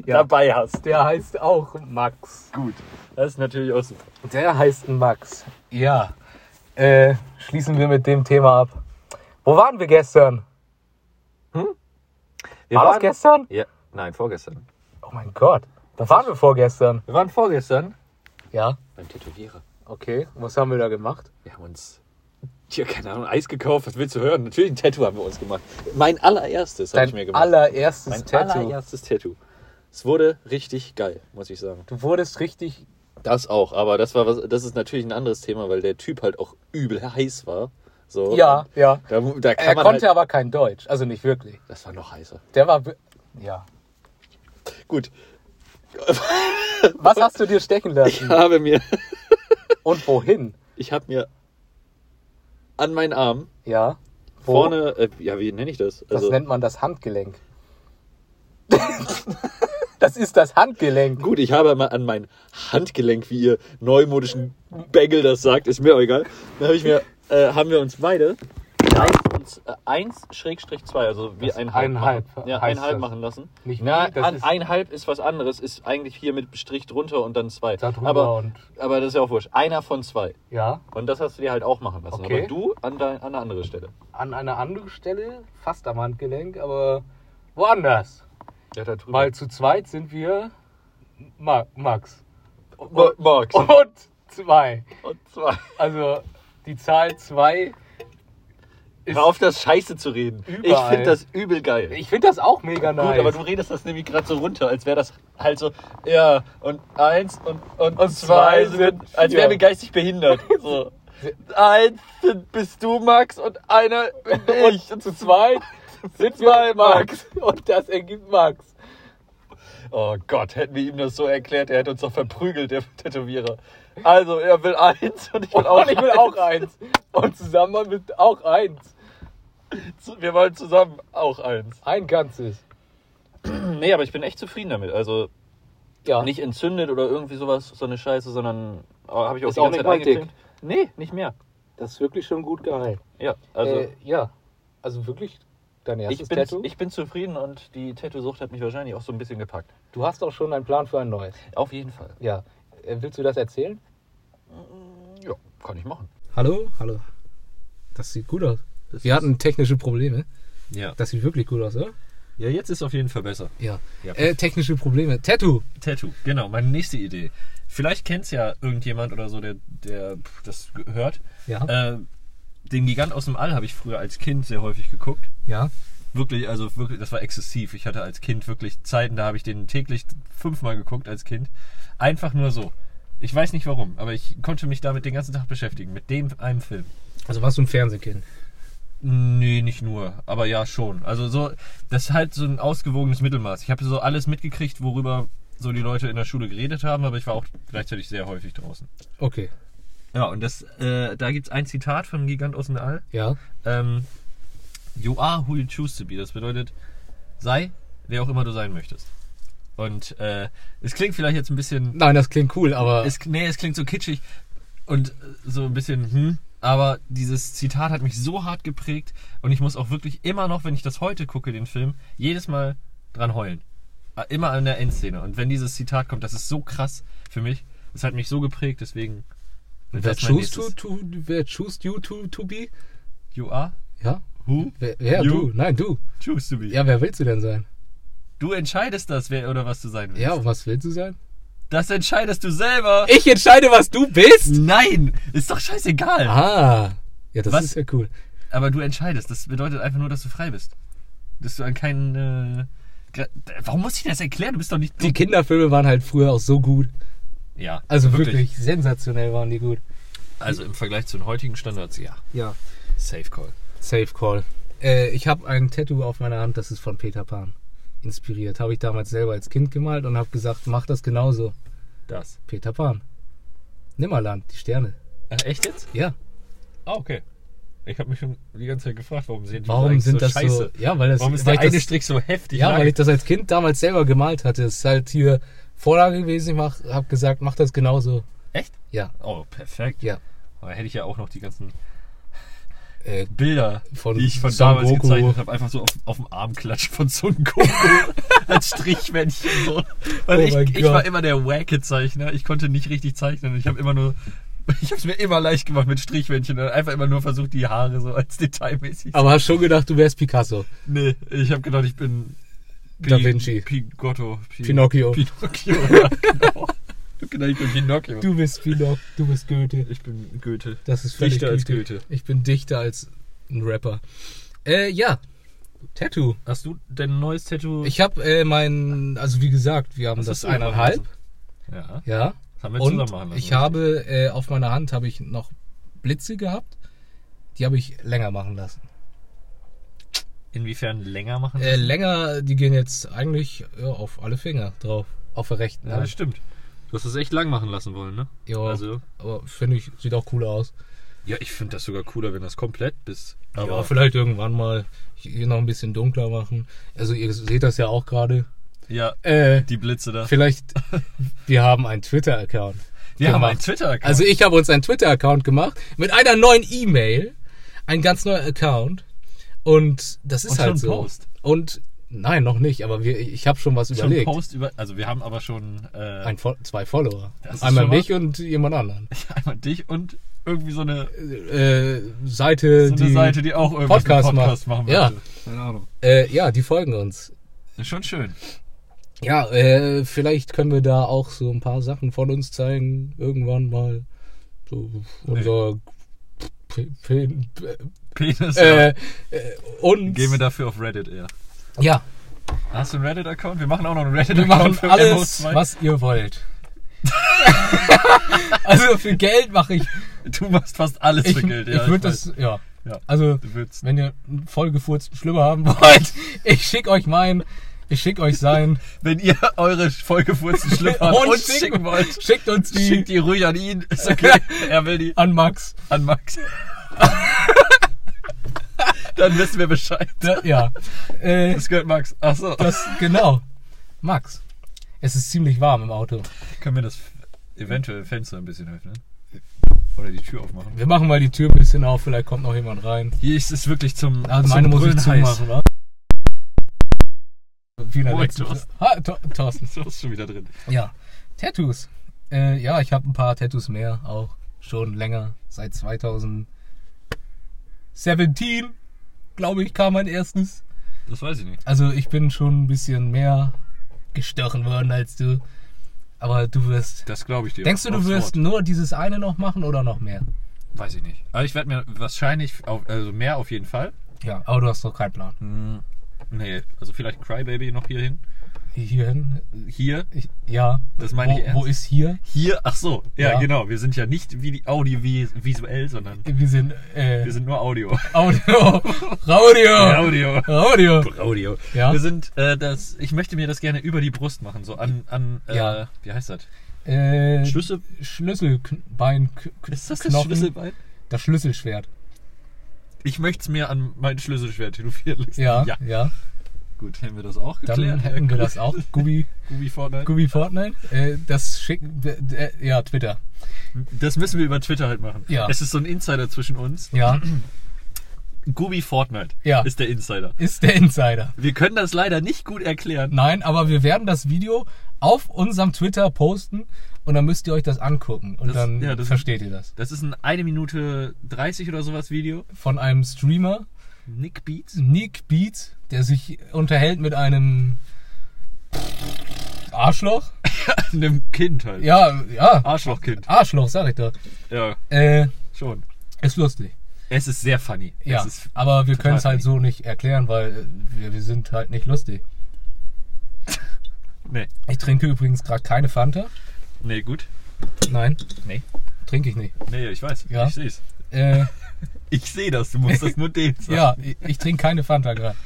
Ja. dabei hast. Der heißt auch Max. Gut. Das ist natürlich auch super. Der heißt Max. Ja. Äh, schließen wir mit dem Thema ab. Wo waren wir gestern? Wir War das gestern? Ja, nein, vorgestern. Oh mein Gott. Da waren wir vorgestern. Wir waren vorgestern Ja. beim Tätowierer. Okay. Und Was haben wir da gemacht? Wir haben uns Ja, keine Ahnung, Eis gekauft, was willst du hören? Natürlich ein Tattoo haben wir uns gemacht. Mein allererstes habe ich mir Dein gemacht. allererstes mein Tattoo. allererstes Tattoo. Es wurde richtig geil, muss ich sagen. Du wurdest richtig. Das auch, aber das war was, das ist natürlich ein anderes Thema, weil der Typ halt auch übel heiß war. So. Ja, ja. Da, da kann Er man konnte halt, aber kein Deutsch, also nicht wirklich. Das war noch heißer. Der war. wi- Ja. Gut, Was hast du dir stechen ich lassen? habe mir, Und wohin? ich habe mir an meinen Arm Ja. Wo? vorne, äh, ja, wie nenne ich das? Also Das nennt man das Handgelenk. das ist das Handgelenk. Gut, ich habe mal an mein Handgelenk, wie ihr neumodischen Bengel das sagt, ist mir auch egal. Dann habe ich mir, äh, haben wir uns beide äh, 1-2, also wie ein Halb eineinhalb machen, ja, heißt eineinhalb das. machen lassen. Nicht Na, wie, das an, ist- eineinhalb ist was anderes, ist eigentlich hier mit Strich drunter und dann zwei. Da drüber Aber, und- aber das ist ja auch wurscht. Einer von zwei. Ja, Und das hast du dir halt auch machen lassen. Okay. Aber du an, dein, an eine andere Stelle. an einer anderen Stelle, fast am Handgelenk, aber woanders. Ja, da drüber. Mal zu zweit sind wir Ma Max. Ma- Max. Und zwei. Und zwei. Also die Zahl zwei. Ist- Hör auf, das Scheiße zu reden. Ich Überall. finde das übel geil. Ich finde das auch mega nice. Gut, aber du redest das nämlich gerade so runter, als wäre das halt so, ja, und eins und, und, Und zwei zwei, sind sind, als vier. wären wir geistig behindert. So. eins sind- bist du, Max, und einer bin ich. und zu zweit sind wir bei Max. Und das ergibt Max. Oh Gott, hätten wir ihm das so erklärt, er hätte uns doch verprügelt, der Tätowierer. Also, er will eins und ich will Und auch ich will eins. auch eins. Und zusammen mit auch eins. Wir wollen zusammen auch eins. Ein ganzes. Nee, aber ich bin echt zufrieden damit. Also, Ja. nicht entzündet oder irgendwie sowas, so eine Scheiße, sondern habe ich auch Ist die auch ganze nicht mal Zeit dick. eingecremt. Nee, nicht mehr. Das ist wirklich schon gut geheim. Ja, also... äh, ja. Also wirklich dein erstes ich bin, Tattoo? ich bin zufrieden und die Tattoo-Sucht hat mich wahrscheinlich auch so ein bisschen gepackt. du hast auch schon einen Plan für ein neues. Auf jeden Fall. Ja. Äh, willst du das erzählen? Ja, kann ich machen. Hallo? Hallo. Das sieht gut aus. wir hatten technische Probleme. Ja. Das sieht wirklich gut aus, oder? ja, jetzt ist auf jeden Fall besser. Ja. Ja. Äh, technische Probleme. Tattoo. Tattoo, genau, meine nächste Idee. Vielleicht kennt es ja irgendjemand oder so, der, der das hört. Ja. Äh, den Gigant aus dem All habe ich früher als Kind sehr häufig geguckt. Ja. Wirklich, also wirklich, das war exzessiv. Ich hatte als Kind wirklich Zeiten, da habe ich den täglich fünfmal geguckt als Kind. Einfach nur so. Ich weiß nicht warum, aber ich konnte mich damit den ganzen Tag beschäftigen, mit dem einem Film. Also warst du ein Fernsehkind? Nee, nicht nur, aber ja schon. Also so, das ist halt so ein ausgewogenes Mittelmaß. Ich habe so alles mitgekriegt, worüber so die Leute in der Schule geredet haben, aber ich war auch gleichzeitig sehr häufig draußen. Okay. Ja, und das, äh, da gibt es ein Zitat von Gigant aus dem All. Ja. Ähm, you are who you choose to be. Das bedeutet, sei wer auch immer du sein möchtest. Und äh, es klingt vielleicht jetzt ein bisschen Nein, das klingt cool, aber es, nee, es klingt so kitschig und äh, so ein bisschen, hm. Aber dieses Zitat hat mich so hart geprägt und ich muss auch wirklich immer noch, wenn ich das heute gucke, den Film, jedes Mal dran heulen. Äh, Immer an der Endszene. Und wenn dieses Zitat kommt, das ist so krass für mich. Es hat mich so geprägt, deswegen. wer ist mein choose, to, nächstes. to, wer choose you to, to be? You are Ja. who Wer, ja, You? du. Nein, du. choose to be. Ja, wer willst du denn sein? Du entscheidest das, wer oder was du sein willst. Ja, und was willst du sein? Das entscheidest du selber. Ich entscheide, was du bist? Nein, ist doch scheißegal. Ah. Ja, das Was? ist ja cool. Aber du entscheidest. Das bedeutet einfach nur, dass du frei bist. Dass du an keinen. Äh, Gra- Warum muss ich das erklären? Du bist doch nicht. Die Kinderfilme waren halt früher auch so gut. Ja. Also wirklich, sensationell waren die gut. Also im Vergleich zu den heutigen Standards, ja. Ja. Safe Call. Safe Call. Äh, ich habe ein Tattoo auf meiner Hand, das ist von Peter Pan. Inspiriert. Habe ich damals selber als Kind gemalt und habe gesagt, mach das genauso. Das. Peter Pan. Nimmerland, die Sterne. Ach, Äh, echt jetzt? Ja. Ah, okay. Ich habe mich schon die ganze Zeit gefragt, warum sehen die Warum eigentlich sind so das scheiße? so? Ja, weil das. warum ist weil der ich eine das, Strich so heftig? Ja, lang? weil ich das als Kind damals selber gemalt hatte. Es ist halt hier Vorlage gewesen. Ich mach, habe gesagt, mach das genauso. Echt? Ja. Oh, perfekt. Ja. Aber hätte ich ja auch noch die ganzen Äh, Bilder, Von die ich von Son damals Goku. gezeichnet habe, einfach so auf, auf dem Arm klatschen von Son Goku als Strichmännchen. So. Weil Oh ich, mein ich Gott. war immer der wacke Zeichner. Ich konnte nicht richtig zeichnen. Ich habe immer nur, ich habe es mir immer leicht gemacht mit Strichmännchen und einfach immer nur versucht, die Haare so als detailmäßig. aber hast schon gedacht, du wärst Picasso. nee, ich habe gedacht, ich bin Da Vinci. Pigotto. Pi- Pinocchio. Pinocchio, ja, genau. Genau, ich bin Pinocchio. Du bist Pinocchio, du bist Goethe. Ich bin Goethe. Das ist völlig Dichter als Goethe. Goethe. Ich bin dichter als ein Rapper. Äh, ja. Tattoo. Hast du dein neues Tattoo? Ich habe äh, mein, also wie gesagt, wir haben Was das hast du eineinhalb. gemacht? Ja. Ja. Das haben wir zusammen Und machen lassen. ich habe äh, auf meiner Hand habe ich noch Blitze gehabt. Die habe ich länger machen lassen. Inwiefern länger machen? Äh, länger, die gehen jetzt eigentlich ja, auf alle Finger drauf. Auf der rechten. ja, das Hand. stimmt. Du hast es echt lang machen lassen wollen, ne? Ja, Also. aber finde ich, sieht auch cool aus. Ja, ich finde das sogar cooler, wenn das komplett bist. Aber vielleicht irgendwann mal hier noch ein bisschen dunkler machen. Also ihr seht das ja auch gerade. ja, Äh, die Blitze da. vielleicht, wir haben einen Twitter-Account. Wir haben einen gemacht. Twitter-Account. Also ich habe uns einen Twitter-Account gemacht mit einer neuen E-Mail, ein ganz neuer Account und das ist Und halt schon so. Post. Und nein, noch nicht, aber wir, ich habe schon was schon überlegt. Post über. Also wir haben aber schon äh, Ein, Fo- zwei Follower. Das ist Einmal schon mal- mich und jemand anderen. einmal dich und irgendwie so eine, Äh, Seite, so eine die Seite, die auch irgendwie Podcast einen Podcast macht. machen Ja. möchte. Keine Ahnung. Äh, ja, die folgen uns. Ist schon schön. Ja, äh, vielleicht können wir da auch so ein paar Sachen von uns zeigen irgendwann mal. So unser P P Penis. äh, äh, uns. Gehen wir dafür auf Reddit eher. ja, Hast du einen Reddit-Account? Wir machen auch noch einen Wir Reddit-Account. machen für alles, MO2. was ihr wollt. also für Geld mache ich. Du machst fast alles Ich, für Geld. ich würde weiß. das, ja. Ja. Also, Du würdest. wenn ihr einen vollgefurzten Schlüpper haben wollt, ich schick euch meinen, ich schick euch seinen. Wenn ihr eure vollgefurzen Schlüpfer Und und uns schicken schicken wollt, Schickt uns die schickt die ruhig an ihn. Ist okay. er will die an Max. an Max. Dann wissen wir Bescheid. Da, ja. Äh, Das gehört Max. Achso. das, genau. Max. Es ist ziemlich warm im Auto. Können wir das eventuell Fenster ein bisschen öffnen? Oder die Tür aufmachen? Wir machen mal die Tür ein bisschen auf, vielleicht kommt noch jemand rein. Hier ist es wirklich zum. Also meine muss ich zumachen, wa? Wie in der Moin, letzten- Thorsten. Ha, Thor- Thorsten. So ist schon wieder drin. Ja, Tattoos. Äh, ja, ich habe ein paar Tattoos mehr, auch schon länger, seit 2017, glaube ich, kam mein erstes. Das weiß ich nicht. Also ich bin schon ein bisschen mehr gestochen worden als du. Aber du wirst... Das glaube ich dir. Denkst du, du Aufs wirst Wort. nur dieses eine noch machen oder noch mehr? Weiß ich nicht. Aber ich werde mir wahrscheinlich, auf, also mehr auf jeden Fall. Ja, aber du hast doch keinen Plan. Hm, Nee, also vielleicht Crybaby noch hier hin. Hier hin? Hier. Ich, ja. Das meine ich wo, ernst. Wo ist hier? Hier, ach so. Ja, Ja. genau. Wir sind ja nicht wie die audiovisuell, sondern Wir sind... Äh, wir sind nur Audio. Audio. Radio. Audio. Radio. Audio. Ja. Wir sind äh, das. Ich möchte mir das gerne über die Brust machen, so an an. Äh, Ja. Wie heißt das? Äh, Schlüssel. Schlüsselbein. Ist das das Knochen? Schlüsselbein? Das Schlüsselschwert. Ich möchte es mir an mein Schlüsselschwert tätowieren lassen. Ja, ja. ja. Gut, hätten wir das auch Dann geklärt. hätten wir das auch. Gubi, Gubi Fortnite. Gubi Fortnite. Äh, das schicken. Äh, ja, Twitter. Das müssen wir über Twitter halt machen. Ja. Es ist so ein Insider zwischen uns. Ja. Gubi Fortnite Ja. ist der Insider. Ist der Insider. Wir können das leider nicht gut erklären. Nein, aber wir werden das Video auf unserem Twitter posten und dann müsst ihr euch das angucken und Das- dann ja, das- versteht ihr das. Das ist ein 1 Minute 30 oder sowas Video. Von einem Streamer, Nick Beats. Nick Beats, der sich unterhält mit einem Arschloch. Einem Kind halt. Ja, ja. Arschlochkind. Arschloch, sag ich doch. Ja, Äh, schon. ist lustig. Es ist sehr funny. Ja, Es ist, aber wir können es halt funny. so nicht erklären, weil äh, wir, wir sind halt nicht lustig. Nee, Ich trinke übrigens gerade keine Fanta. nee, gut. Nein, Nee. trinke ich nicht. Nee, ich weiß. Ja. Ich seh's. Äh, Ich seh das. Du musst das nur dem sagen. ja, ich, ich trinke keine Fanta gerade.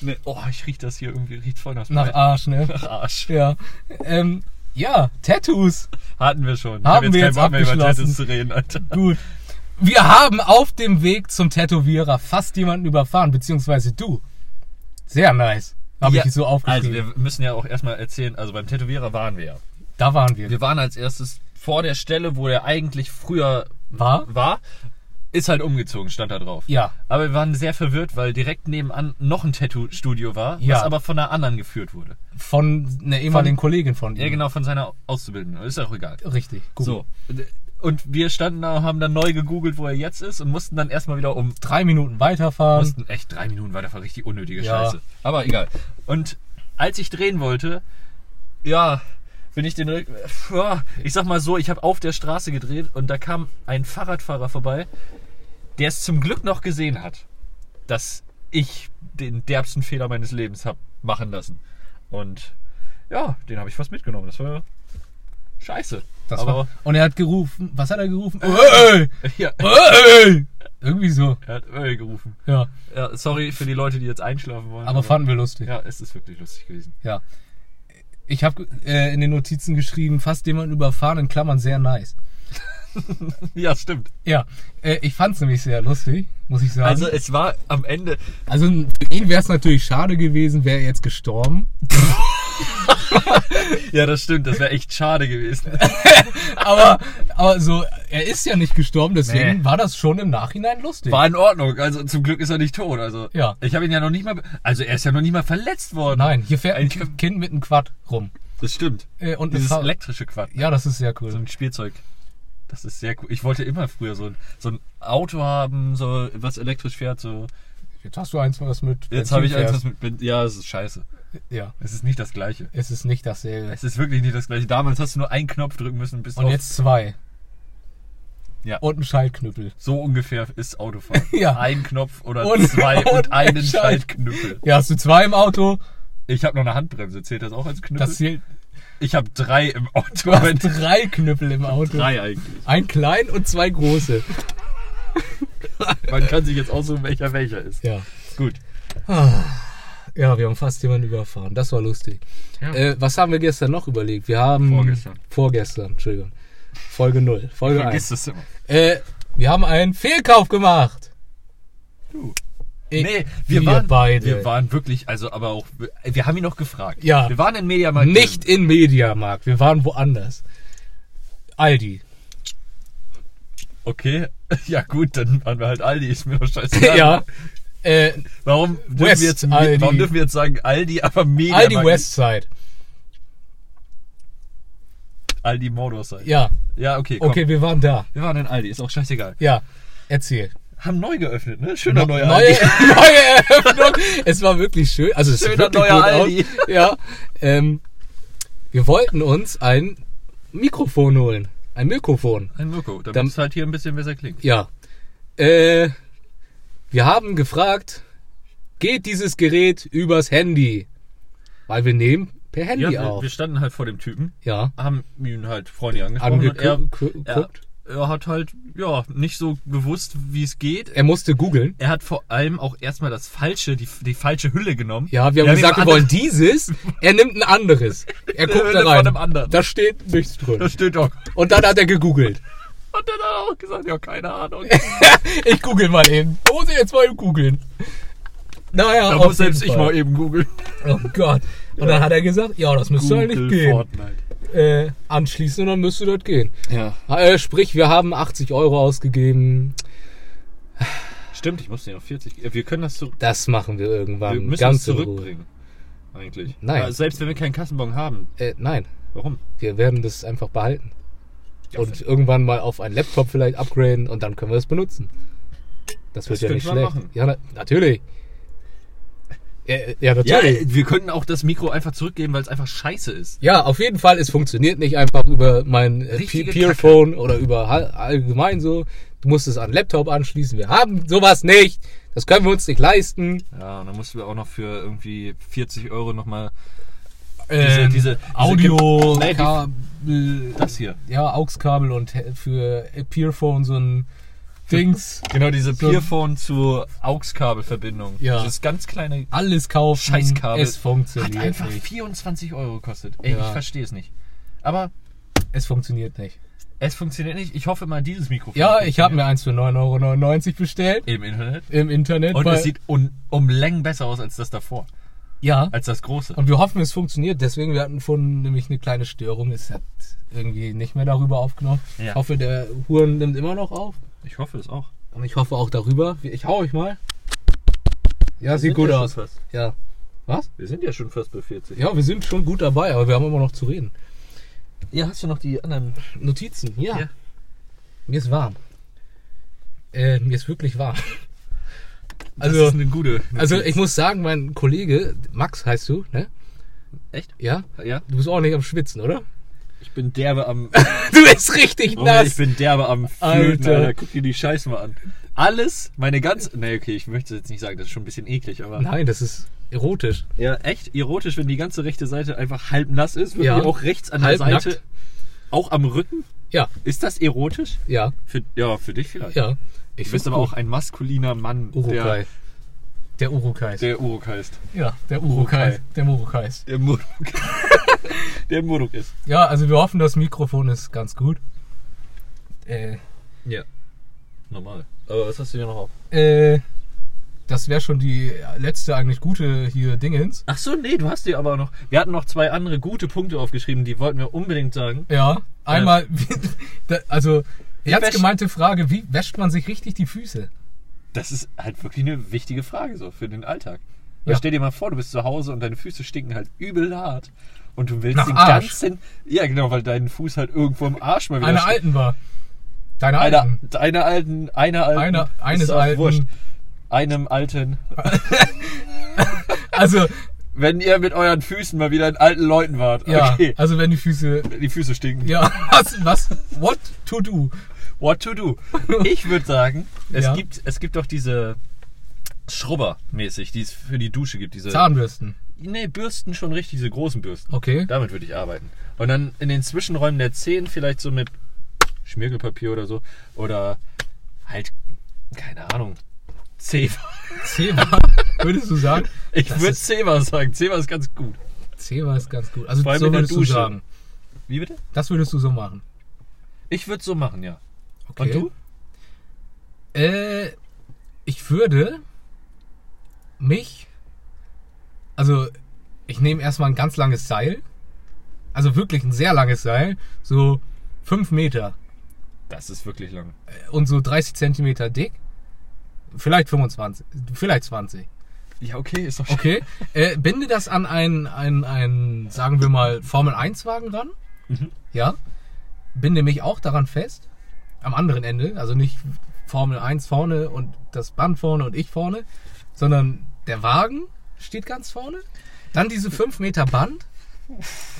Nee. Oh, ich riech das hier irgendwie. Riecht voll nach, Nach Sprite. Arsch, ne? nach Arsch. Ja. Ähm, ja, Tattoos. Hatten wir schon. Ich Haben wir jetzt keinen Bock mehr über abgeschlossen. Tattoos zu reden, Alter. Gut. Wir haben auf dem Weg zum Tätowierer fast jemanden überfahren, beziehungsweise du. Sehr nice. Habe Ja, ich so Also aufgeschrieben. wir müssen ja auch erstmal erzählen, also beim Tätowierer waren wir ja. da waren wir. Wir waren als erstes vor der Stelle, wo er eigentlich früher War? war, ist halt umgezogen, stand da drauf. Ja. Aber wir waren sehr verwirrt, weil direkt nebenan noch ein Tattoo-Studio war, Ja. was aber von einer anderen geführt wurde. Von einer ehemaligen Kollegin von ihm. Ja, genau, von seiner Auszubildenden. Ist auch egal. Richtig. Mhm. Gut. So. Und wir standen da und haben dann neu gegoogelt, wo er jetzt ist und mussten dann erstmal wieder um Drei Minuten weiterfahren. mussten echt drei Minuten weiter, war richtig unnötige Ja. Scheiße. Aber egal. Und als ich drehen wollte, ja, bin ich den. Re- Puh, Ich sag mal so, ich habe auf der Straße gedreht und da kam ein Fahrradfahrer vorbei, der es zum Glück noch gesehen hat, dass ich den derbsten Fehler meines Lebens habe machen lassen. Und ja, den habe ich fast mitgenommen. Das war scheiße. Das Aber Äh. war, und er hat gerufen, was hat er gerufen? Ey, ja, ey! Irgendwie so, er hat Öl gerufen. ja. Ja, sorry für die Leute, die jetzt einschlafen wollen. Aber fanden wir lustig. Ja, es ist wirklich lustig gewesen. Ja. Ich habe äh, in den Notizen geschrieben, fast jemanden überfahren, in Klammern sehr nice. Ja, stimmt. Ja, äh, ich fand's nämlich sehr lustig, muss ich sagen. Also Also, es war am Ende. also für ihn wäre es natürlich schade gewesen, wäre er jetzt gestorben. Ja, das stimmt. Das wäre echt schade gewesen. Aber, aber so, er ist ja nicht gestorben, deswegen Nee. war das schon im Nachhinein lustig. War in Ordnung. Also zum Glück ist er nicht tot. Also Ja. ich habe ihn ja noch nicht mal. be- Also er ist ja noch nicht mal verletzt worden. Nein, hier fährt ein Ein Ki- Kind mit einem Quad rum. Das stimmt. Äh, und eine Dieses Fahr- elektrische Quad. Ja, das ist sehr cool. So ein Spielzeug. Das ist sehr cool. Ich wollte immer früher so ein, so ein Auto haben, so was elektrisch fährt. So Jetzt hast du eins, was mit. jetzt Benzin habe ich eins, fährt. was mit. Ben- Ja, es ist scheiße. Ja, Es ist nicht das Gleiche. es ist nicht dasselbe. Es ist wirklich nicht das Gleiche. Damals hast du nur einen Knopf drücken müssen, bis Und auf- jetzt zwei. Ja. Und ein Schaltknüppel. So ungefähr ist Autofahren. Ja. Ein Knopf oder Und- zwei und, und ein einen Schalt- Schaltknüppel. Ja, hast du zwei im Auto? Ich habe noch eine Handbremse. Zählt das auch als Knüppel? Das zählt. ich habe drei im Auto. Du hast drei Knüppel im Auto. drei eigentlich. Ein klein und zwei große. Man kann sich jetzt aussuchen, welcher welcher ist. Ja. Gut. Ja, wir haben fast jemanden überfahren. Das war lustig. Ja. Äh, was haben wir gestern noch überlegt? Wir haben. Vorgestern. Vorgestern, Entschuldigung. Folge 0. Folge 1. Vergiss es immer. Äh, wir haben einen Fehlkauf gemacht. Du. Ich- Nee, wir, wir waren beide. Wir waren wirklich, also aber auch, wir haben ihn noch gefragt. Ja. Wir waren in Mediamarkt. Nicht in Mediamarkt. Wir waren woanders. Aldi. Okay. Ja gut, dann waren wir halt Aldi. Ist mir doch scheißegal. ja. Äh, Warum West dürfen, wir jetzt, Aldi. warum dürfen wir jetzt sagen Aldi, aber Mediamarkt? Aldi Westside. Aldi Mordor sein. Ja. Ja, okay, komm. Okay, wir waren da. Wir waren in Aldi, ist auch scheißegal. Ja. Erzähl. Haben neu geöffnet, ne? Schöner neuer neue, Aldi. neue Eröffnung. Es war wirklich schön. Also es Schöner ist wirklich neuer gut Aldi. Aus. Ja. Ähm, wir wollten uns ein Mikrofon holen. Ein Mikrofon. Ein Mirko, damit Dann- es halt hier ein bisschen besser klingt. Ja. Äh, wir haben gefragt, geht dieses Gerät übers Handy? Weil wir nehmen per Handy ja, wir, auf. wir standen halt vor dem Typen, Ja. haben ihn halt freundlich angesprochen und Angeguckt. er, er, er hat halt, ja, nicht so gewusst, wie es geht. Er musste googeln. Er hat vor allem auch erstmal das falsche, die, die falsche Hülle genommen. Ja, wir haben gesagt, wir ihm wollen andere- dieses. Er nimmt ein anderes. Er guckt da Hülle von rein. einem anderen. Da steht nichts drin. Da steht doch. Und dann hat er gegoogelt. Und dann hat er auch gesagt, ja, keine Ahnung. Ich google mal eben. Da muss ich jetzt mal eben googeln. Naja, Da auf muss selbst jeden ich Fall. mal eben googeln. Oh Gott. Und dann hat er gesagt, ja, das müsste eigentlich gehen. Fortnite. Äh, anschließend, dann müsste das gehen. Ja. Äh, sprich, wir haben 80 Euro ausgegeben. Stimmt, ich muss den auf 40. äh, Wir können das zurück. Das machen wir irgendwann. Wir müssen ganz es in Ruhe. zurückbringen. Eigentlich. Nein. Aber selbst wenn wir keinen Kassenbon haben. Äh, nein, Warum? wir werden das einfach behalten. Ja, und irgendwann mal auf einen Laptop vielleicht upgraden und dann können wir es benutzen. Das wird Das ja könnte nicht man schlecht. machen. Ja, na, natürlich. Äh, ja, Ja, natürlich. Ja. wir könnten auch das Mikro einfach zurückgeben, weil es einfach scheiße ist. auf jeden Fall, es funktioniert nicht einfach über mein äh, Pe- Richtige Peerphone oder über all- allgemein so. Du musst es an den Laptop anschließen. Wir haben sowas nicht. Das können wir uns nicht leisten. Ja, und dann mussten wir auch noch für irgendwie 40 Euro nochmal Ähm, diese- diese Audio, Ge- Nee, die- Kabel, das hier. ja, AUX-Kabel und he- für äh, Peerphone so ein Dings. Genau, diese So. Peerphone zu AUX-Kabelverbindung. Ja. Dieses ganz kleine. Alles kaufen. Scheißkabel. Es funktioniert Hat einfach nicht. 24 Euro gekostet. Ey, Ja. ich verstehe es nicht. Aber Es funktioniert nicht. es funktioniert nicht. Ich hoffe mal, dieses Mikrofon. Ja, ich habe mir funktioniert. eins für 9,99 Euro bestellt. Im Internet. Im Internet. Und weil- es sieht un um Längen besser aus als das davor. ja. Als das große. Und wir hoffen, es funktioniert. Deswegen, wir hatten vorhin nämlich eine kleine Störung. Es hat irgendwie nicht mehr darüber aufgenommen. Ja. Ich hoffe, der Huren nimmt immer noch auf. Ich hoffe es auch. Und ich hoffe auch darüber. Ich hau euch mal. Ja, sieht sind gut ja schon aus. fast. Ja. Was? Wir sind ja schon fast bei 40. Ja, wir sind schon gut dabei, aber wir haben immer noch zu reden. Ja, hast du noch die anderen? Notizen, ja. Ja. Mir ist warm. Äh, mir ist wirklich warm. Also, Also- das ist eine gute. Also ich muss sagen, mein Kollege, Max heißt du, ne? Echt? Ja? Ja? Du bist ordentlich am Schwitzen, oder? Ich bin derbe am. Du bist richtig Junge, Oh, ich nass. bin derbe am Flöten, Alter. Alter. Guck dir die Scheiße mal an. Alles, meine ganz. Nee, okay, ich möchte jetzt nicht sagen, das ist schon ein bisschen eklig, aber. Nein, das ist erotisch. Ja, echt erotisch, wenn die ganze rechte Seite einfach halb nass ist. Wirklich Ja. auch rechts an der Halbnackt. Seite. Auch am Rücken. Ja, Ist das erotisch? ja, Für, ja, für dich vielleicht. ja. Ich Du bist find's aber gut. auch ein maskuliner Mann, Urukai. der, Der Urukai. der Uruk heißt. ja, der Urukai. Urukai. Der Urukai. ist- Der Muruk. der Muruk ist. Ja, also wir hoffen, das Mikrofon ist ganz gut. Äh, Ja. Normal. Aber was hast du hier noch auf? äh, das wäre schon die letzte eigentlich gute hier Dingens. Ach so, nee, du hast dir aber noch. Wir hatten noch zwei andere gute Punkte aufgeschrieben, die wollten wir unbedingt sagen. Ja, einmal, wie, da, also ernst wäsch- gemeinte Frage, wie wäscht man sich richtig die Füße? Das ist halt wirklich eine wichtige Frage so für den Alltag. Ja. Weil Stell dir mal vor, du bist zu Hause und deine Füße stinken halt übel hart. Und du willst Nach den Arsch. ganzen. Ja, genau, weil dein Fuß halt irgendwo im Arsch mal wieder Eine stinkt. alten war. Deine Einer, alten. einer alten, einer alten. Einer- ist eines doch alten. Wurscht. Einem alten. Also, Wenn ihr mit euren Füßen mal wieder in alten Leuten wart. ja, Okay. also wenn die Füße. Die Füße stinken. Ja, was, was, what to do? What to do? Ich würde sagen, es, Ja. gibt, es gibt doch diese Schrubber-mäßig, die es für die Dusche gibt. Diese, Zahnbürsten. Nee, Bürsten schon richtig, diese großen Bürsten. Okay. Damit würde ich arbeiten. Und dann in den Zwischenräumen der Zehen vielleicht so mit Schmirgelpapier oder so. Oder halt, keine Ahnung, Zewa. Zebra, würdest du sagen? Ich Das würde ist- Zewa sagen. Zewa ist ganz gut. Zebra ist ganz gut. Also Vor allem so in der würdest du Dusche. sagen. Wie bitte? Das würdest du so machen. Ich würde so machen, ja. Okay. Und du? Äh, ich würde mich, also ich nehme erstmal ein ganz langes Seil, also wirklich ein sehr langes Seil, so fünf Meter Das ist wirklich lang. und so 30 Zentimeter dick, vielleicht 25, vielleicht 20, Ja, okay, ist doch schön. okay, äh, binde das an einen, einen, einen, sagen wir mal, Formel-1-Wagen ran, ja, binde mich auch daran fest, am anderen Ende, also nicht Formel 1 vorne und das Band vorne und ich vorne, sondern der Wagen steht ganz vorne, dann diese 5 Meter Band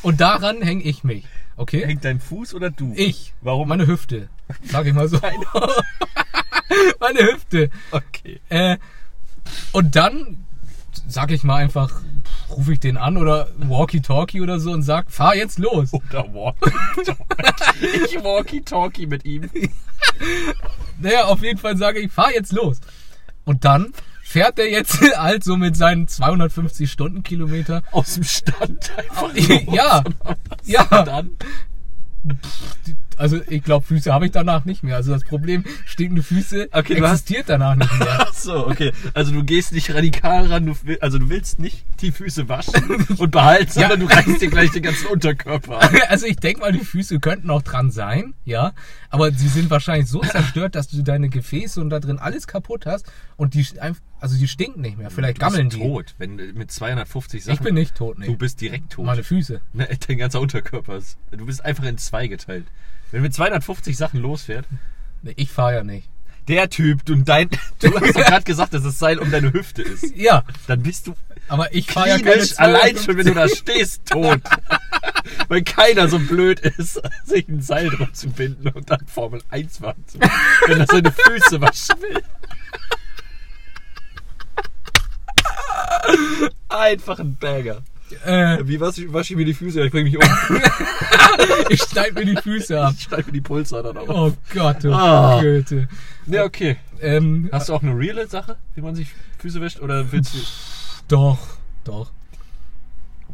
und daran hänge ich mich. Okay? Hängt dein Fuß oder du? Ich. Warum? Meine Hüfte. Sag ich mal so. Meine Hüfte. Okay. Äh, und dann sag ich mal einfach, rufe ich den an oder Walkie-Talkie oder so und sag, fahr jetzt los. Oder Walkie-Talkie. ich Walkie-Talkie mit ihm. Naja, auf jeden Fall sage ich, fahr jetzt los. Und dann fährt er jetzt halt so mit seinen 250 Stundenkilometer. Aus dem Stand einfach. ja, Und ja. dann? Also ich glaube, Füße habe ich danach nicht mehr. Also das Problem, stinkende Füße Okay, du hast- existiert danach nicht mehr. Ach so, okay. Also du gehst nicht radikal ran, du will, also du willst nicht die Füße waschen und behalten, Ja. sondern du reißt dir gleich den ganzen Unterkörper ab. Also ich denke mal, die Füße könnten auch dran sein, ja. Aber sie sind wahrscheinlich so zerstört, dass du deine Gefäße und da drin alles kaputt hast und die einf- also die stinken nicht mehr. Vielleicht gammeln die. tot, wenn du mit 250 Sachen. Ich bin nicht tot, Du nee. bist direkt tot. Meine Füße. Ne, dein ganzer Unterkörper ist. Du bist einfach in zwei geteilt. Wenn mit 250 Sachen losfährt, Nee, ich fahr ja nicht. der Typ und dein. Du hast doch gerade gesagt, dass das Seil um deine Hüfte ist. Ja, Dann bist du aber ich fahr ja keine klinisch allein 250. schon, wenn du da stehst, tot. Weil keiner so blöd ist, sich ein Seil drum zu binden und dann Formel 1 fahren zu machen, wenn er seine Füße waschen will. Einfach ein Bagger. Äh, Wie wasche ich, wasche ich mir die Füße? Ja, Ich bringe mich um. Ich schneide mir die Füße ab. Ich schneide mir die Pulsadern auf. Oh Gott, du Ah. Goethe. Ja, okay. Ähm, Hast du auch eine reale Sache, wie man sich Füße wäscht? Oder willst du. doch, doch.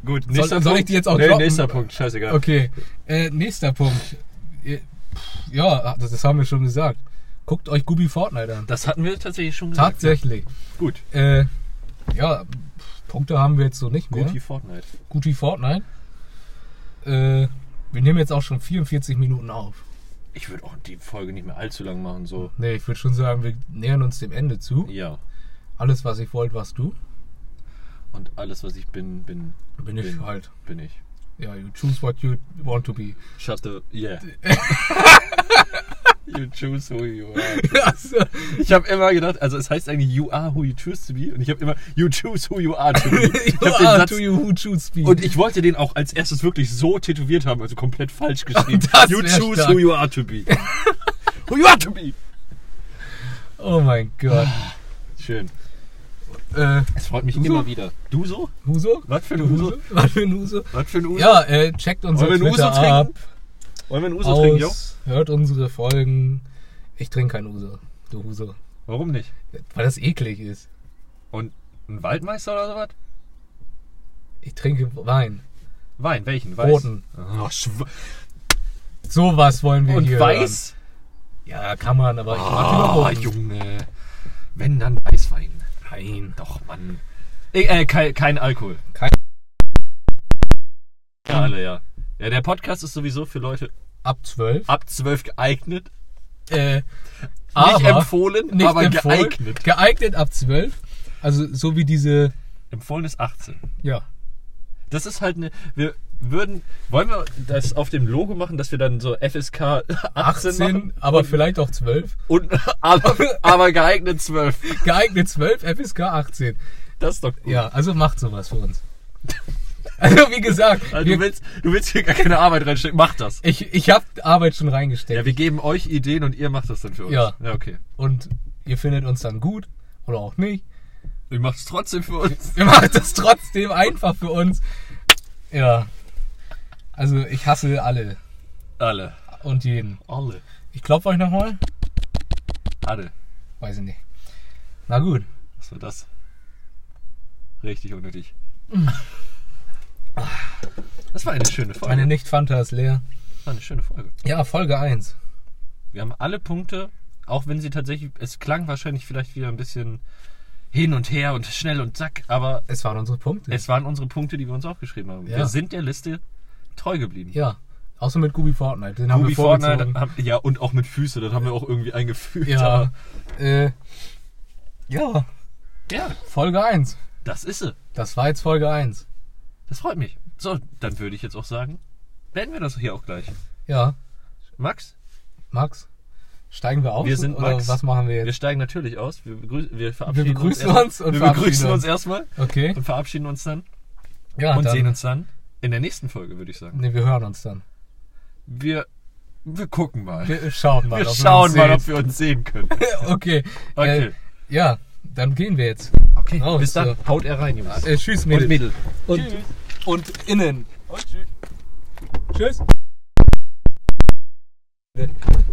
Gut, soll ich die jetzt auch nee, droppen? nächster Punkt, scheißegal. Okay, äh, nächster Punkt. Äh, Ja, ah, das, das haben wir schon gesagt. Guckt euch Gubi Fortnite an. Das hatten wir tatsächlich schon gesagt. Tatsächlich. Gut, Äh, ja, Punkte haben wir jetzt so nicht mehr. gut wie Fortnite. Guti Fortnite. Äh, wir nehmen jetzt auch schon 44 Minuten auf. Ich würde auch die Folge nicht mehr allzu lang machen, so. Nee, ich würde schon sagen, wir nähern uns dem Ende zu. Ja. Alles, was ich wollte, warst du. Und alles, was ich bin, bin. Bin ich halt. Bin ich. Ja, you choose what you want to be. Shut the. Yeah. You choose who you are. Also, Ich habe immer gedacht, also es heißt eigentlich you are who you choose to be und ich habe immer you choose who you are to be. Ich you hab den are Satz, Ah, to you who choose me. und ich wollte den auch als erstes wirklich so tätowiert haben, also komplett falsch geschrieben. Das you wär choose stark. who you are to be. who you are to be. oh mein Gott. Schön. äh, Es freut mich Huso? immer wieder. Du so? Huso? Was für ein Ah. Huso? Huso? Was für ein Huso? Was für ein Uso? Ja, äh, checkt unser Wollen wir einen Twitter Uso ab. Wollen wir einen Uso trinken, jo? Aus, hört unsere Folgen. Ich trinke kein Uso. Du Huso. Warum nicht? Weil das eklig ist. Und ein Waldmeister oder sowas? Ich trinke Wein. Wein, welchen? Weiß? Roten. Oh, schw- Sowas wollen wir und hier. weiß? Hören. Ja, kann man, aber ich Ah, mag lieber roten. Junge. Wenn, dann Weißwein. Nein. Doch, Mann. Ich, äh, kein, kein Alkohol. Kein- Ja, alle, ja. Ja, der Podcast ist sowieso für Leute Ab 12. ab 12 geeignet. Äh, nicht Ah, empfohlen, nicht aber empfohlen. geeignet. Geeignet ab 12. Also so wie diese. Empfohlen ist 18. Ja. Das ist halt eine. Wir würden. Wollen wir das auf dem Logo machen, dass wir dann so FSK 18, 18, machen? aber vielleicht auch 12. Und, aber, aber geeignet 12. Geeignet 12, FSK 18. Das ist doch gut. Ja, also macht sowas für uns. Also wie gesagt, Also, du, wir, willst, du willst hier gar keine Arbeit reinstecken. Mach das. ich, ich habe Arbeit schon reingesteckt. Ja, wir geben euch Ideen und ihr macht das dann für uns. Ja. ja okay. Und ihr findet uns dann gut oder auch nicht. Ihr macht es trotzdem für uns. Ihr macht es trotzdem einfach für uns. Ja. Also ich hasse alle Alle. und jeden. Alle. Ich klopfe euch nochmal. Alle. Weiß ich nicht. Na gut. Was war das? Richtig unnötig. Das war eine schöne Folge. Meine Nicht-Fanta ist leer. Das war eine schöne Folge. Ja, Folge 1. Wir haben alle Punkte, auch wenn sie tatsächlich. Es klang wahrscheinlich vielleicht wieder ein bisschen hin und her und schnell und zack, aber Es waren unsere Punkte. es waren unsere Punkte, die wir uns aufgeschrieben haben. Ja. Wir sind der Liste treu geblieben. ja. Außer mit Gubi Fortnite. Den haben wir Ruby Fortnite, vorgezogen. haben, ja, und auch mit Füße, das haben wir auch irgendwie eingefügt. Ja. aber- Äh, ja. ja, Folge 1. das ist sie. Das war jetzt Folge 1. Das freut mich. So, dann würde ich jetzt auch sagen, beenden wir das hier auch gleich. Ja. Max, Max, steigen wir auf? Wir sind oder Max. was machen wir wir jetzt? steigen natürlich aus. Wir, begrüß, wir verabschieden Wir begrüßen erst- uns und wir verabschieden begrüßen uns uns. erstmal Okay. und verabschieden uns dann Ja, und dann, sehen uns dann in der nächsten Folge, würde ich sagen. Nee, wir hören uns dann. Wir, wir gucken mal. Wir, Wir schauen mal. ob schauen uns mal, sehen. ob wir uns sehen können. Okay. Okay. Äh, ja, dann gehen wir jetzt. Okay, raus, bis so. dann. Haut er rein, Jungs. Äh, tschüss, und Mädels. Mädel. Und, Tschüss. und innen. Und tschüss. Tschüss.